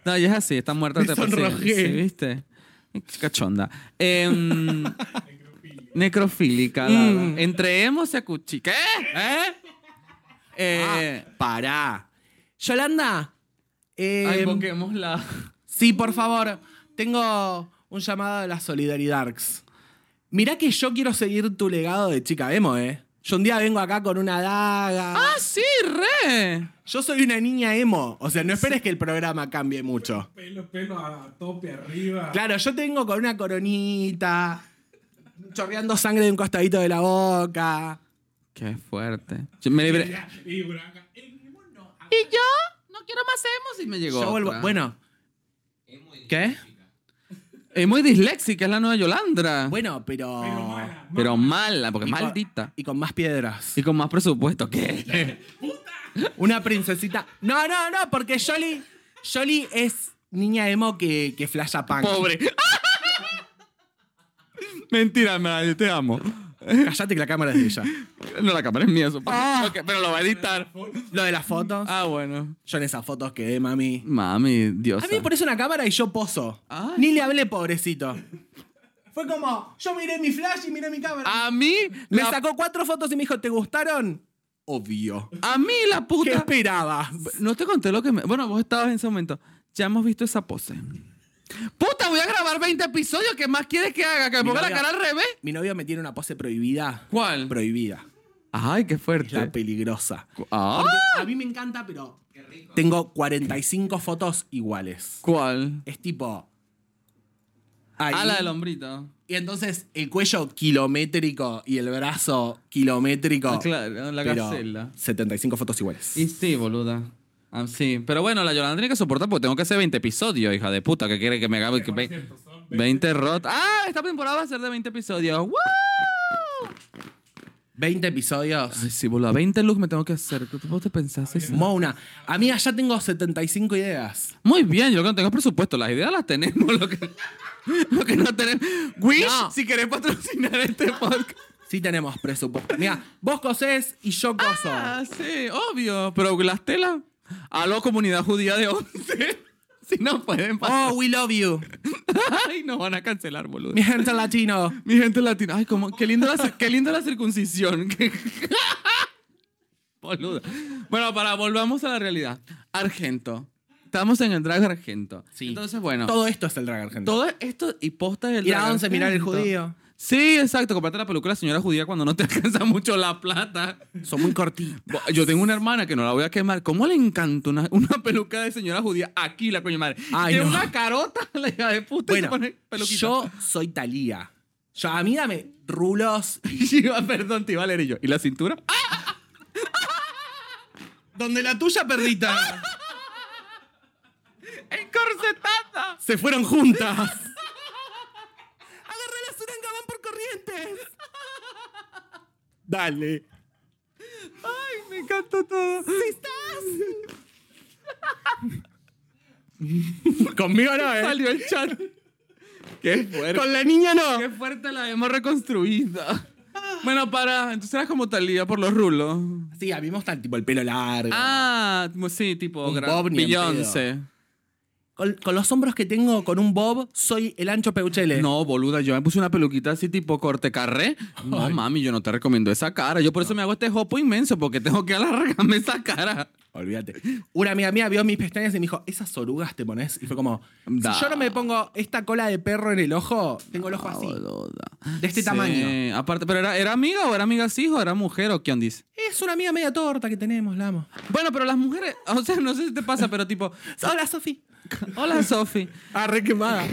B: No, y es así, está muerta
C: Me
B: te persigue.
C: sonrojé.
B: Sí, ¿viste? Qué Cachonda. Em, necrofílica. la verdad. Entre hemos y acuchi. ¿Qué? ¿Eh? Eh,
C: Pará. Yolanda. eh,
B: ay, invoquémosla.
C: sí, por favor. Tengo un llamado de la Solidaridarks. Mirá que yo quiero seguir tu legado de chica emo, ¿eh? Yo un día vengo acá con una daga.
B: ¡Ah, sí, re!
C: Yo soy una niña emo. O sea, no esperes que el programa cambie mucho.
E: Pelo, pelo a tope arriba.
C: Claro, yo tengo con una coronita, chorreando sangre de un costadito de la boca.
B: Qué fuerte. Yo me libré.
E: Y Huracán, el mono.
B: Y yo no quiero más hemos y me llegó.
C: Yo vuelvo-
B: otra.
C: Bueno. ¿Qué?
B: Es Eh, muy disléxica, es la nueva Yolandra.
C: Bueno, pero.
E: Pero mala,
B: Pero mala, porque es
C: Y con-
B: maldita.
C: Y con más piedras.
B: Y con más presupuesto que.
C: Una princesita. No, no, no, porque Jolly. Jolly es niña emo que, que flasha punk.
B: Pobre. Mentira, nadie, te amo.
C: Cállate que la cámara es de ella.
B: No, la cámara es mía, supongo.
C: Ah.
B: Ok, pero lo va a editar.
C: Lo de las fotos.
B: Ah, bueno.
C: Yo en esas fotos quedé, mami.
B: Mami, Dios.
C: A mí me pones una cámara y yo pozo.
B: Ay.
C: Ni le hablé, pobrecito. Fue como, yo miré mi flash y miré mi cámara.
B: A mí,
C: Ah, Me
B: la,
C: sacó cuatro fotos y me dijo, ¿te gustaron? Obvio.
B: a mí la
C: ¿Qué
B: puta.
C: esperaba?
B: No te conté lo que me. Bueno, vos estabas en ese momento. Ya hemos visto esa pose. Puta, voy a grabar 20 episodios. ¿Qué más quieres que haga? ¿Que me
C: Mi
B: ponga la
C: novia-
B: cara al revés?
C: Mi novio me tiene una pose prohibida.
B: ¿Cuál?
C: Prohibida.
B: Ay, qué
C: Es la
B: fuerte.
C: peligrosa.
B: Ah,
C: Porque a mí me encanta, pero tengo 45 fotos iguales.
B: ¿Cuál?
C: Es tipo... ahí.
B: Ah, la del hombrito.
C: Y entonces el cuello kilométrico y el brazo kilométrico.
B: Ah, claro, la
C: pero
B: gacela.
C: 75 fotos iguales.
B: Y sí, boluda. Ah, sí. Pero bueno, la Yolanda tiene que soportar porque tengo que hacer 20 episodios, hija de puta. que quiere que me haga? que ve- 20 rot. ¡Ah! Esta temporada va a ser de 20 episodios. ¡Woo!
C: 20 episodios.
B: Ay, sí, boluda. 20 looks me tengo que hacer. ¿Tú vos te pensás eso?
C: Mona. Amiga, ya tengo 75 ideas.
B: Muy bien, yo lo que no tengo es presupuesto. Las ideas las tenemos. Lo que, lo que no tenemos. Wish,
C: No.
B: si querés patrocinar este podcast.
C: Sí tenemos presupuesto. Mira, vos cosés y yo coso.
B: Ah, sí, obvio. Pero las telas. Aló, comunidad judía de 11. si no pueden pasar.
C: Oh, we love you.
B: Ay, nos van a cancelar, boludo.
C: Mi gente latino.
B: Mi gente latina. Ay, cómo, qué, lindo la, cir- qué lindo la circuncisión. Qué- Boluda. Bueno, para, volvamos a la realidad. Argento. Estamos en el drag argento.
C: Sí.
B: Entonces, bueno. Todo,
C: Todo esto es el drag argentino.
B: esto y posta del
C: Ir a
B: drag
C: once, mirar el
B: argento.
C: judío.
B: Sí, exacto. Comprate la película Señora Judía cuando no te alcanza mucho la plata.
C: Son muy cortitos.
B: Bo- Yo tengo una hermana que no la voy a quemar. ¿Cómo le encanta una, una peluca de señora judía? Aquí la coño madre.
C: Ay,
B: Tiene
C: no.
B: una carota, la hija de puta. y se
C: Bueno,
B: pone peluquita.
C: yo soy Talía. Yo, a mí dame rulos.
B: Y yo, perdón, te iba a leer y yo. ¿Y la cintura? ¡Ah!
C: Donde la tuya, perrita.
B: ¡Encorsetada!
C: Se fueron juntas. Agarré la suranga, van por corrientes. Dale.
B: ¡Ay, me encanta todo!
C: Conmigo no, eh.
B: Salió el chat. ¡Qué fuerte!
C: Con la niña no.
B: ¡Qué fuerte la hemos reconstruida! Bueno, para. Entonces eras como talía por los rulos.
C: Sí, a mí me gusta el tipo el pelo largo.
B: Ah, sí, tipo.
C: Un
B: gran-
C: bob ni en
B: Beyoncé.
C: Con, con los hombros que tengo, con un bob, soy el ancho peuchele.
B: No, boluda, yo me puse una peluquita así tipo corte carré. No, mami, yo no te recomiendo esa cara. Yo por eso me hago este jopo inmenso, porque tengo que alargarme esa cara.
C: Olvídate. Una amiga mía vio mis pestañas y me dijo, ¿esas orugas te pones? Y fue como,
B: Da.
C: si yo no me pongo esta cola de perro en el ojo, tengo el ojo así.
B: Boluda.
C: De este
B: Sí,
C: tamaño.
B: Aparte, pero era, era amiga o era amiga así o era mujer o qué ondis.
C: Es una amiga media torta que tenemos, la amo.
B: Bueno, pero las mujeres, o sea, no sé si te pasa, pero tipo,
C: Hola, Sofi.
B: hola Sofi.
C: Ah, re quemada.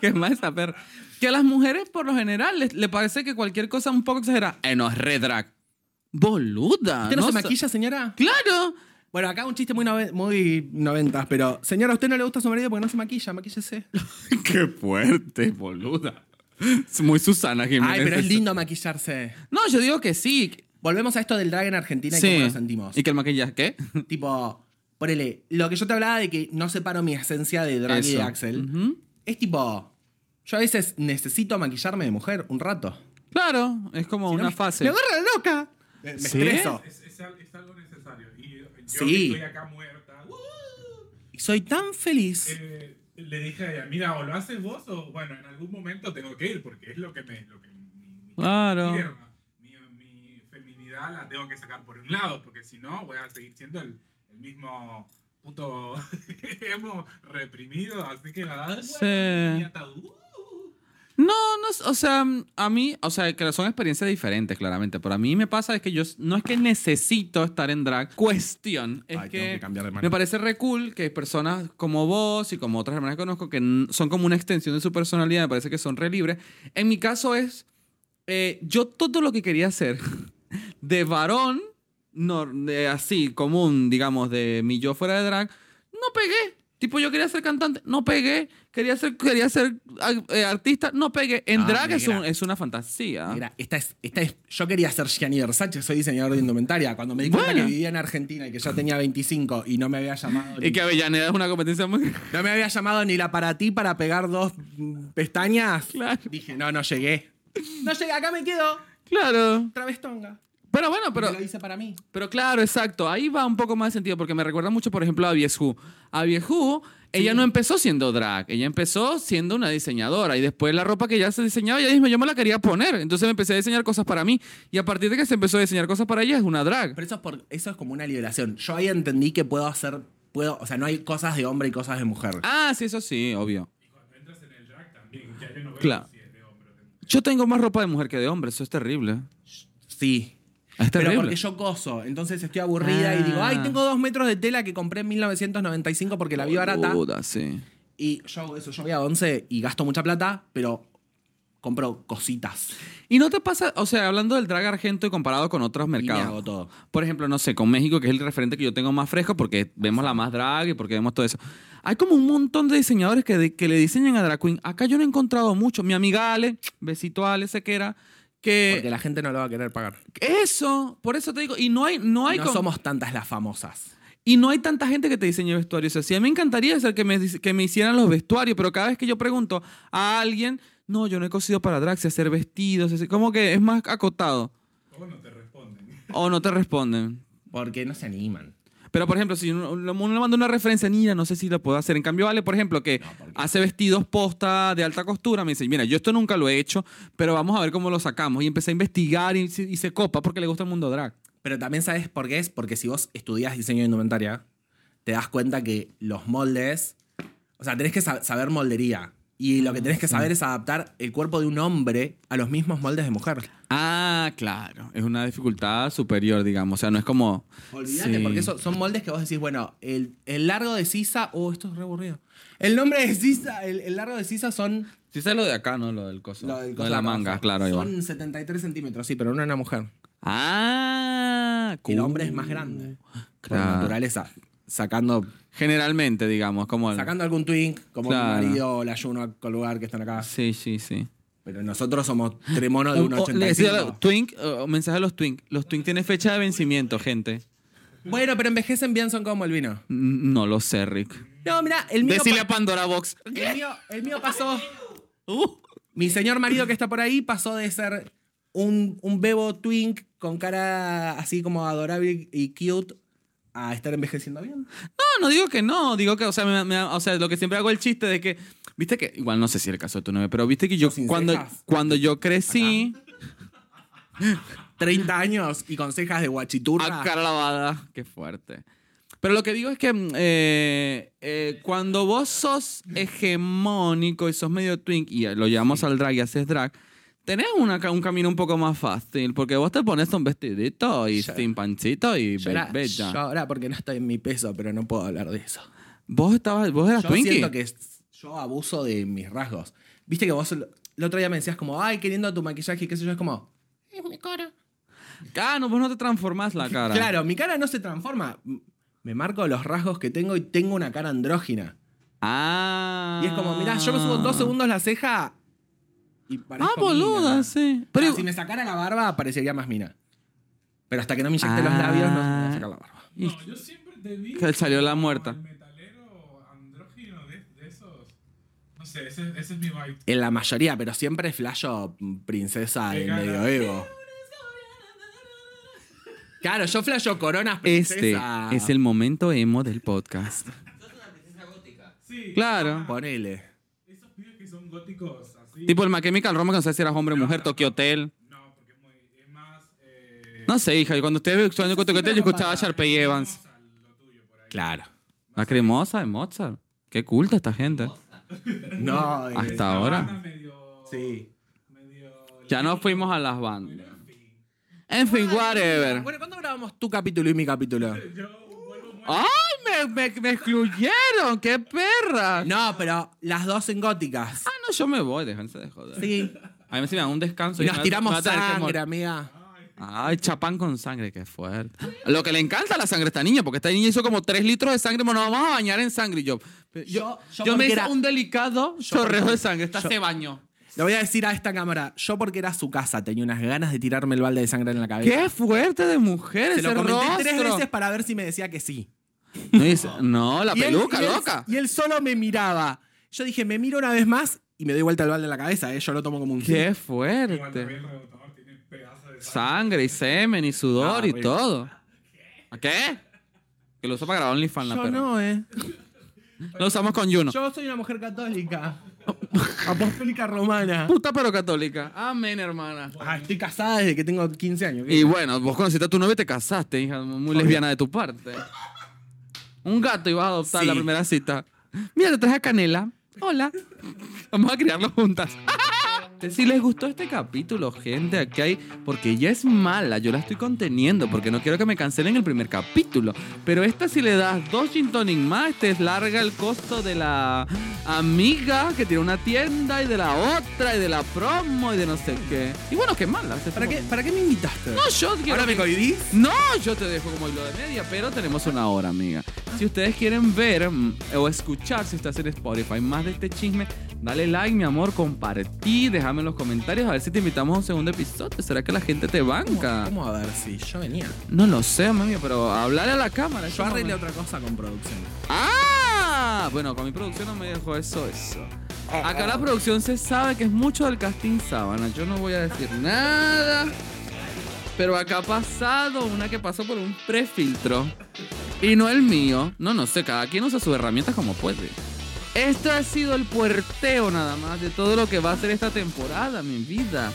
B: que es más esa perra. Que a las mujeres, por lo general, les, le parece que cualquier cosa un poco exagerada. Eh, no, es red drag. Boluda.
C: ¿Usted no, se
B: sa-
C: maquilla, señora?
B: Claro.
C: Bueno, acá un chiste muy, nove- muy noventas, pero señora, a usted no le gusta su marido porque no se maquilla, maquíllese.
B: Qué fuerte, boluda. Es muy Susana Jiménez.
C: Ay, pero es
B: eso.
C: lindo maquillarse.
B: No, yo digo que sí.
C: Volvemos a esto del drag en Argentina
B: Sí.
C: y cómo lo sentimos.
B: Y que el maquillaje, ¿qué?
C: Tipo, ponele, lo que yo te hablaba de que no separo mi esencia de drag y de
B: Eso.
C: Axel,
B: Ujú.
C: es tipo, yo a veces necesito maquillarme de mujer un rato.
B: Claro, es como una fase.
C: ¡Me agarra la loca! Me, me
B: ¿Sí?
C: estreso.
E: Es, es al- es algo necesario. Y yo que
C: Sí.
E: estoy acá muerta. ¡uh!
C: Y soy tan feliz.
E: Eh, le dije a ella, mira, o lo haces vos o, bueno, en algún momento tengo que ir porque es lo que me... Lo que, mi, mi-
B: Claro.
E: mi tierra, mi, mi feminidad la tengo que sacar por un lado porque si no voy a seguir siendo el, el mismo puto emo reprimido. Así que la verdad,
B: Sí.
E: bueno, mi nieta, ¡uh!
B: No, no, s- o sea, mm, a mí, o sea, que son experiencias diferentes, claramente. Pero a mí me pasa es que yo s- no es que necesito estar en drag. Cuestión es
C: Ay, tengo
B: que,
C: que cambiar de mano.
B: me parece re cool que personas como vos y como otras hermanas que conozco que n- son como una extensión de su personalidad, me parece que son re libres. En mi caso es, eh, yo todo lo que quería hacer de varón, nor- de así, común, digamos, de mi yo fuera de drag, no pegué. Tipo, yo quería ser cantante, no pegué. Quería ser, quería ser a- eh, artista, no pegué. En
C: Ah,
B: drag es,
C: negra.
B: un- es una fantasía.
C: Mira, Ah. esta es, esta es, yo quería ser Gianni Versace, soy diseñador de indumentaria. Cuando me di cuenta
B: Bueno.
C: que vivía en Argentina y que ya tenía 25 y no me había llamado...
B: Y que Avellaneda es una competencia muy...
C: No me había llamado ni la para ti para pegar dos mm, pestañas.
B: Claro.
C: Dije, no, no llegué. No llegué, acá me quedo.
B: Claro.
C: Travestonga.
B: Pero bueno, pero...
C: Pero lo hice para mí.
B: Pero claro, exacto. Ahí va un poco más de sentido porque me recuerda mucho, por ejemplo, a Vieju. A Vieju, ella no empezó siendo drag, ella empezó siendo una diseñadora y después la ropa que ya se diseñaba, ella misma yo me la quería poner. Entonces me empecé a diseñar cosas para mí y a partir de que se empezó a diseñar cosas para ella es una drag.
C: Pero eso es, por, eso es como una liberación. Yo ahí entendí que puedo hacer. Puedo, o sea, no hay cosas de hombre y cosas de mujer.
B: Ah, sí, eso sí, obvio.
E: Y cuando entras en el drag también, ya yo no veo
B: Claro.
E: si es de hombre o de mujer.
B: Yo tengo más ropa de mujer que de hombre, eso es terrible.
C: Sí.
B: Es
C: Pero
B: terrible.
C: porque yo coso, entonces estoy aburrida y digo,
B: Ah.
C: ay, tengo dos metros de tela que compré en 1995 porque la vi barata.
B: Boluda, sí.
C: Y yo hago eso, yo voy a 11 y gasto mucha plata, pero compro cositas.
B: Y no te pasa, o sea, hablando del drag argento y comparado con otros mercados.
C: Y me hago todo.
B: Por ejemplo, no sé, con México, que es el referente que yo tengo más fresco porque vemos la más drag y porque vemos todo eso. Hay como un montón de diseñadores que, de- que le diseñan a drag queen. Acá yo no he encontrado mucho. Mi amiga Ale, besito a Ale Sequera,
C: Porque
B: que...
C: la gente no lo va a querer pagar.
B: Eso, por eso te digo. Y no hay... No, hay
C: no
B: como-
C: somos tantas las famosas.
B: y no hay tanta gente que te diseñe vestuarios. O sea, sí, a mí me encantaría ser que me, dis- que me hicieran los vestuarios, pero cada vez que yo pregunto a alguien, no, yo no he cosido para drag, sé hacer vestidos, sé- como que es más acotado.
E: ¿Cómo no te responden?
B: O no te responden.
C: Porque no se animan.
B: Pero, por ejemplo, si uno, uno le manda una referencia, mira, no sé si lo puedo hacer. En cambio, Ale, por ejemplo, que hace vestidos posta de alta costura, me dice, mira, yo esto nunca lo he hecho, pero vamos a ver cómo lo sacamos. Y empecé a investigar y, se- y se copa porque le gusta el mundo drag.
C: Pero también sabes por qué es, porque si vos estudias diseño de indumentaria, te das cuenta que los moldes, o sea, tenés que sa- saber moldería. Y lo que tenés que saber es adaptar el cuerpo de un hombre a los mismos moldes de mujer.
B: Ah, claro. Es una dificultad superior, digamos. O sea, no es como...
C: Olvídate,
B: Sí.
C: porque eso, son moldes que vos decís, bueno, el, el largo de Sisa, oh, esto es re aburrido. El nombre de Sisa, el, el largo de Sisa son...
B: Sí sabes lo de acá, ¿no? Lo del coso.
C: lo del
B: de
C: coso
B: la
C: de abajo.
B: manga, claro. ahí va.
C: Son 73 centímetros, sí, pero no una mujer.
B: Ah,
C: El hombre es
B: cool.
C: más grande. Por
B: Claro.
C: naturaleza. Sacando
B: Generalmente, digamos, como... el-
C: Sacando algún twink, como
B: Claro.
C: mi marido o la Juno Colgar que están acá.
B: Sí, sí, sí.
C: Pero nosotros somos tres monos de
B: Un- o- le decía a
C: 1,85.
B: los Twink, eh, un mensaje a los Twink. Los Twink tienen fecha de vencimiento, gente.
C: Bueno, pero envejecen bien, son como el vino.
B: N- No lo sé, Rick.
C: No, mira, el mío,
B: Decile a
C: pa-
B: Pandora Box. Uh.
C: el mío, el mío pasó. Mi señor marido que está por ahí pasó de ser un, un bebo twink con cara así como adorable y cute a estar envejeciendo bien.
B: No, no digo que no. Digo que, o sea, me- me- o sea, lo que siempre hago el chiste de que, viste que, igual no sé si era el caso de tu novia, pero viste que yo,
C: sin
B: cuando,
C: cejas.
B: cuando yo crecí,
C: 30 años y con cejas de guachiturra.
B: a cara lavada, qué fuerte. Pero lo que digo es que mm, eh, eh, cuando vos sos hegemónico y sos medio twink y lo llevamos al drag y haces drag, tenés una ca- un camino un poco más fácil porque vos te pones un vestidito y
C: Ya.
B: sin pancito y
C: Yo ahora-
B: be- bella.
C: yo ahora porque no estoy en mi peso, pero no puedo hablar de eso.
B: Vos estabas, vos eras
C: Yo
B: Ah, twinkie.
C: siento que es- yo abuso de mis rasgos. Viste que vos el, el otro día me decías como, ay, qué lindo tu maquillaje, qué sé yo, es como, es mi cara.
B: Ah, no, vos no te transformás la cara.
C: Claro, mi cara no se transforma. M- Me marco los rasgos que tengo y tengo una cara andrógina.
B: Ah.
C: Y es como, mirá, yo me subo dos segundos la ceja y
B: Ah,
C: parezco
B: boluda,
C: mina.
B: sí.
C: Pero
B: Pero,
C: si Ah, me sacara la barba, parecería más mina. Pero hasta que no me inyecte
B: Ah.
C: los labios, no no voy a sacar la barba.
E: No, yo siempre te vi.
B: Que salió la
E: como
B: muerta.
E: El metalero andrógino de, de esos. No sé, ese, ese es mi vibe.
C: En la mayoría, pero siempre flasho mm, princesa del
E: Vegana.
C: medioevo. Claro, yo flasho coronas
B: este
C: princesa.
B: es el momento emo del podcast.
E: Sí,
B: Claro.
C: Ponele.
E: esos pibes que son góticos así.
B: Tipo el My Chemical Romance, no sé si eras hombre o mujer, Tokyo Hotel.
E: No, porque es, muy, es más. Eh,
B: No sé, hija, yo cuando ustedes escuchando Tokyo Hotel, yo escuchaba a Sharpay Evans.
E: vamos a lo tuyo por ahí.
C: Claro.
B: La cremosa de Mozart. Qué culta esta gente.
C: No, eh,
B: Hasta
E: Esa
B: ahora.
E: banda Medio,
C: sí.
E: Medio.
B: Ya nos fuimos a las bandas. En fin, whatever.
C: Bueno, ¿cuándo grabamos tu capítulo y mi capítulo?
E: Yo vuelvo muy.
B: ¡Ay! Me, me- me excluyeron. ¡Qué perra! No,
C: No, pero las dos en góticas.
B: ah, no, yo me voy. Déjense de joder.
C: Sí.
B: A mí sí me dan un descanso.
C: Y
B: me va- me
C: nos
B: va
C: tiramos
B: a tener que morir.
C: sangre, amiga.
B: Ay, chapán con sangre, qué fuerte. Lo que le encanta la sangre a esta niña, porque esta niña hizo como 3 litros de sangre, bueno, nos vamos a bañar en sangre. Y yo, yo,
C: Yo- yo
B: yo me
C: porque
B: hice
C: era-
B: un delicado chorrejo de sangre. Esta
C: yo-
B: se bañó.
C: Lo voy a decir a esta cámara. Yo porque era su casa tenía unas ganas de tirarme el balde de sangre en la cabeza.
B: Qué fuerte de mujer
C: Se
B: ese
C: lo comenté
B: rostro.
C: tres veces para ver si me decía que sí.
B: No, dice- no, la
C: Y él-
B: peluca,
C: y él-
B: loca.
C: Y él solo me miraba. Yo dije, me miro una vez más y me doy vuelta el balde en la cabeza. ¿eh? Yo lo tomo como un
B: Qué
E: Igual también
B: fuerte.
E: el rebotador tiene pedazos de
B: Sangre y semen y sudor
C: Ah,
B: y
C: rico.
B: todo. ¿A qué? Que lo usó para grabar OnlyFans, la
C: Yo
B: perra.
C: no, ¿eh?
B: Lo usamos con Juno.
C: Yo soy una mujer católica. apostólica romana.
B: Puta pero católica. Amén, hermana.
C: Ah, estoy casada desde que tengo 15 años.
B: Y bueno, vos conociste a tu novia y te casaste, hija, muy lesbiana de tu parte. Un gato ibas a adoptar
C: Sí.
B: la primera cita. Mira, te traje a Canela. Hola. Vamos a criarlo juntas. Si les gustó este capítulo, gente, aquí hay. Porque ella es mala, yo la estoy conteniendo, porque no quiero que me cancelen el primer capítulo. Pero esta, si le das dos gin tonic más, te es larga el costo de la amiga que tiene una tienda, y de la otra, y de la promo, y de no sé qué. Y bueno, qué mala. se
C: ¿Para
B: fue-
C: qué, ¿Para qué me invitaste?
B: no, yo quiero
C: ¿Ahora me
B: que-
C: cohibís?
B: No, yo te dejo como hilo de media, pero tenemos una hora, amiga. Si ustedes quieren ver mm, o escuchar, si estás en Spotify, más de este chisme, dale like, mi amor, compartí, déjame en los comentarios a ver si te invitamos a un segundo episodio. ¿Será que la gente te banca?
C: ¿Cómo a ver si yo venía?
B: No lo sé, mami, pero hablar a la cámara.
C: Yo
B: ¿cómo
C: arreglé
B: me-
C: otra cosa con producción.
B: ¡Ah! Bueno, con mi producción no me dejó eso, eso.
C: Oh,
B: Acá la producción se sabe que es mucho del casting sábana. Yo no voy a decir nada. Pero acá ha pasado una que pasó por un prefiltro. Y no el mío. No, no sé, cada quien usa sus herramientas como puede. Esto ha sido el puerteo nada más de todo lo que va a ser esta temporada, mi vida.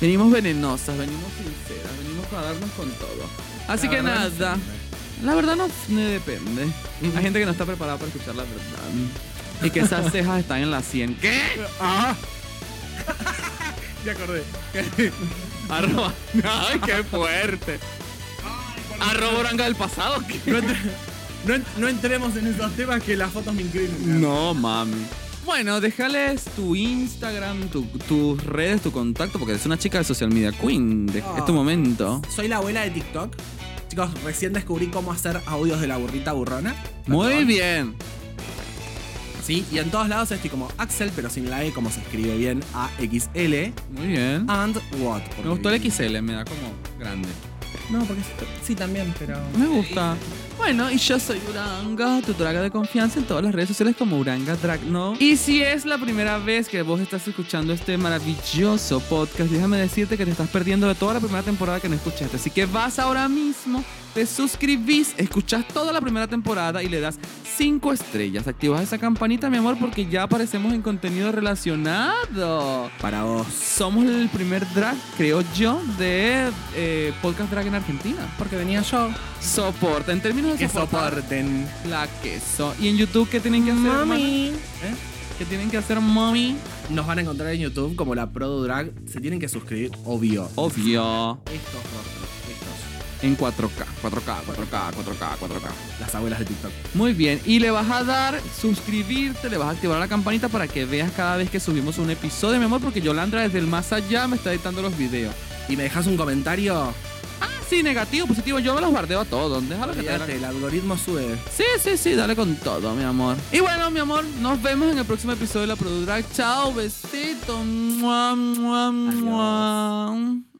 B: Venimos venenosas, venimos sinceras, venimos a darnos con todo. Así
C: La
B: que
C: verdad,
B: nada. La verdad no, no depende. Hay gente que no está preparada para escuchar la verdad. Y que esas cejas están en la 100. ¿Qué? Ah.
C: Ya acordé.
B: Arroba. Ay, qué fuerte. Arroba oranga del pasado. ¿qué?
C: No, entre- no en- no entremos en esos temas que las fotos me incriminan.
B: No, mami. Bueno, déjales tu Instagram, tu- tus redes, tu contacto, porque eres una chica de social media queen. De-
C: Ah.
B: Es tu momento.
C: Soy la abuela de TikTok. Chicos, recién descubrí cómo hacer audios de la burrita burrona.
B: Muy bien.
C: Sí, y en todos lados estoy como Axel, pero sin la E, como se escribe bien, A-X-L.
B: Muy bien.
C: And what.
B: Me gustó el XL, me da como grande.
C: No, porque sí también, pero.
B: Me gusta. Bueno, y yo soy Uranga, tu draga de confianza en todas las redes sociales como Uranga Drag, ¿no? Y si es la primera vez que vos estás escuchando este maravilloso podcast, déjame decirte que te estás perdiendo de toda la primera temporada que no escuchaste. Así que vas ahora mismo, te suscribís, escuchás toda la primera temporada y le das 5 estrellas. Activas esa campanita, mi amor, porque ya aparecemos en contenido relacionado.
C: Para vos.
B: Somos el primer drag, creo yo, de eh, podcast drag en Argentina.
C: Porque venía yo.
B: Soporta, en términos de
C: Que
B: soportar,
C: soporten.
B: la queso. ¿Y en YouTube qué tienen que hacer? mami?
C: ¿Eh?
B: ¿Qué tienen que hacer, mami?
C: Nos van a encontrar en YouTube como la Prodo Drag. Se tienen que suscribir, obvio.
B: Obvio,
C: Estos rostros, estos.
B: en 4K. 4K, 4K, 4K, 4K.
C: Las abuelas de TikTok.
B: Muy bien, y le vas a dar suscribirte, le vas a activar la campanita para que veas cada vez que subimos un episodio, mi amor, porque Yolanda desde el más allá me está editando los videos.
C: Y me dejas un comentario.
B: Ah, sí, negativo, positivo, yo me los guardeo a todos, déjalo que te dé la
C: Olvídate, el algoritmo sube.
B: Sí, sí, sí, dale con todo, mi amor. Y bueno, mi amor, nos vemos en el próximo episodio de la Produdrag. Chao, besito. Mua, mua, mua.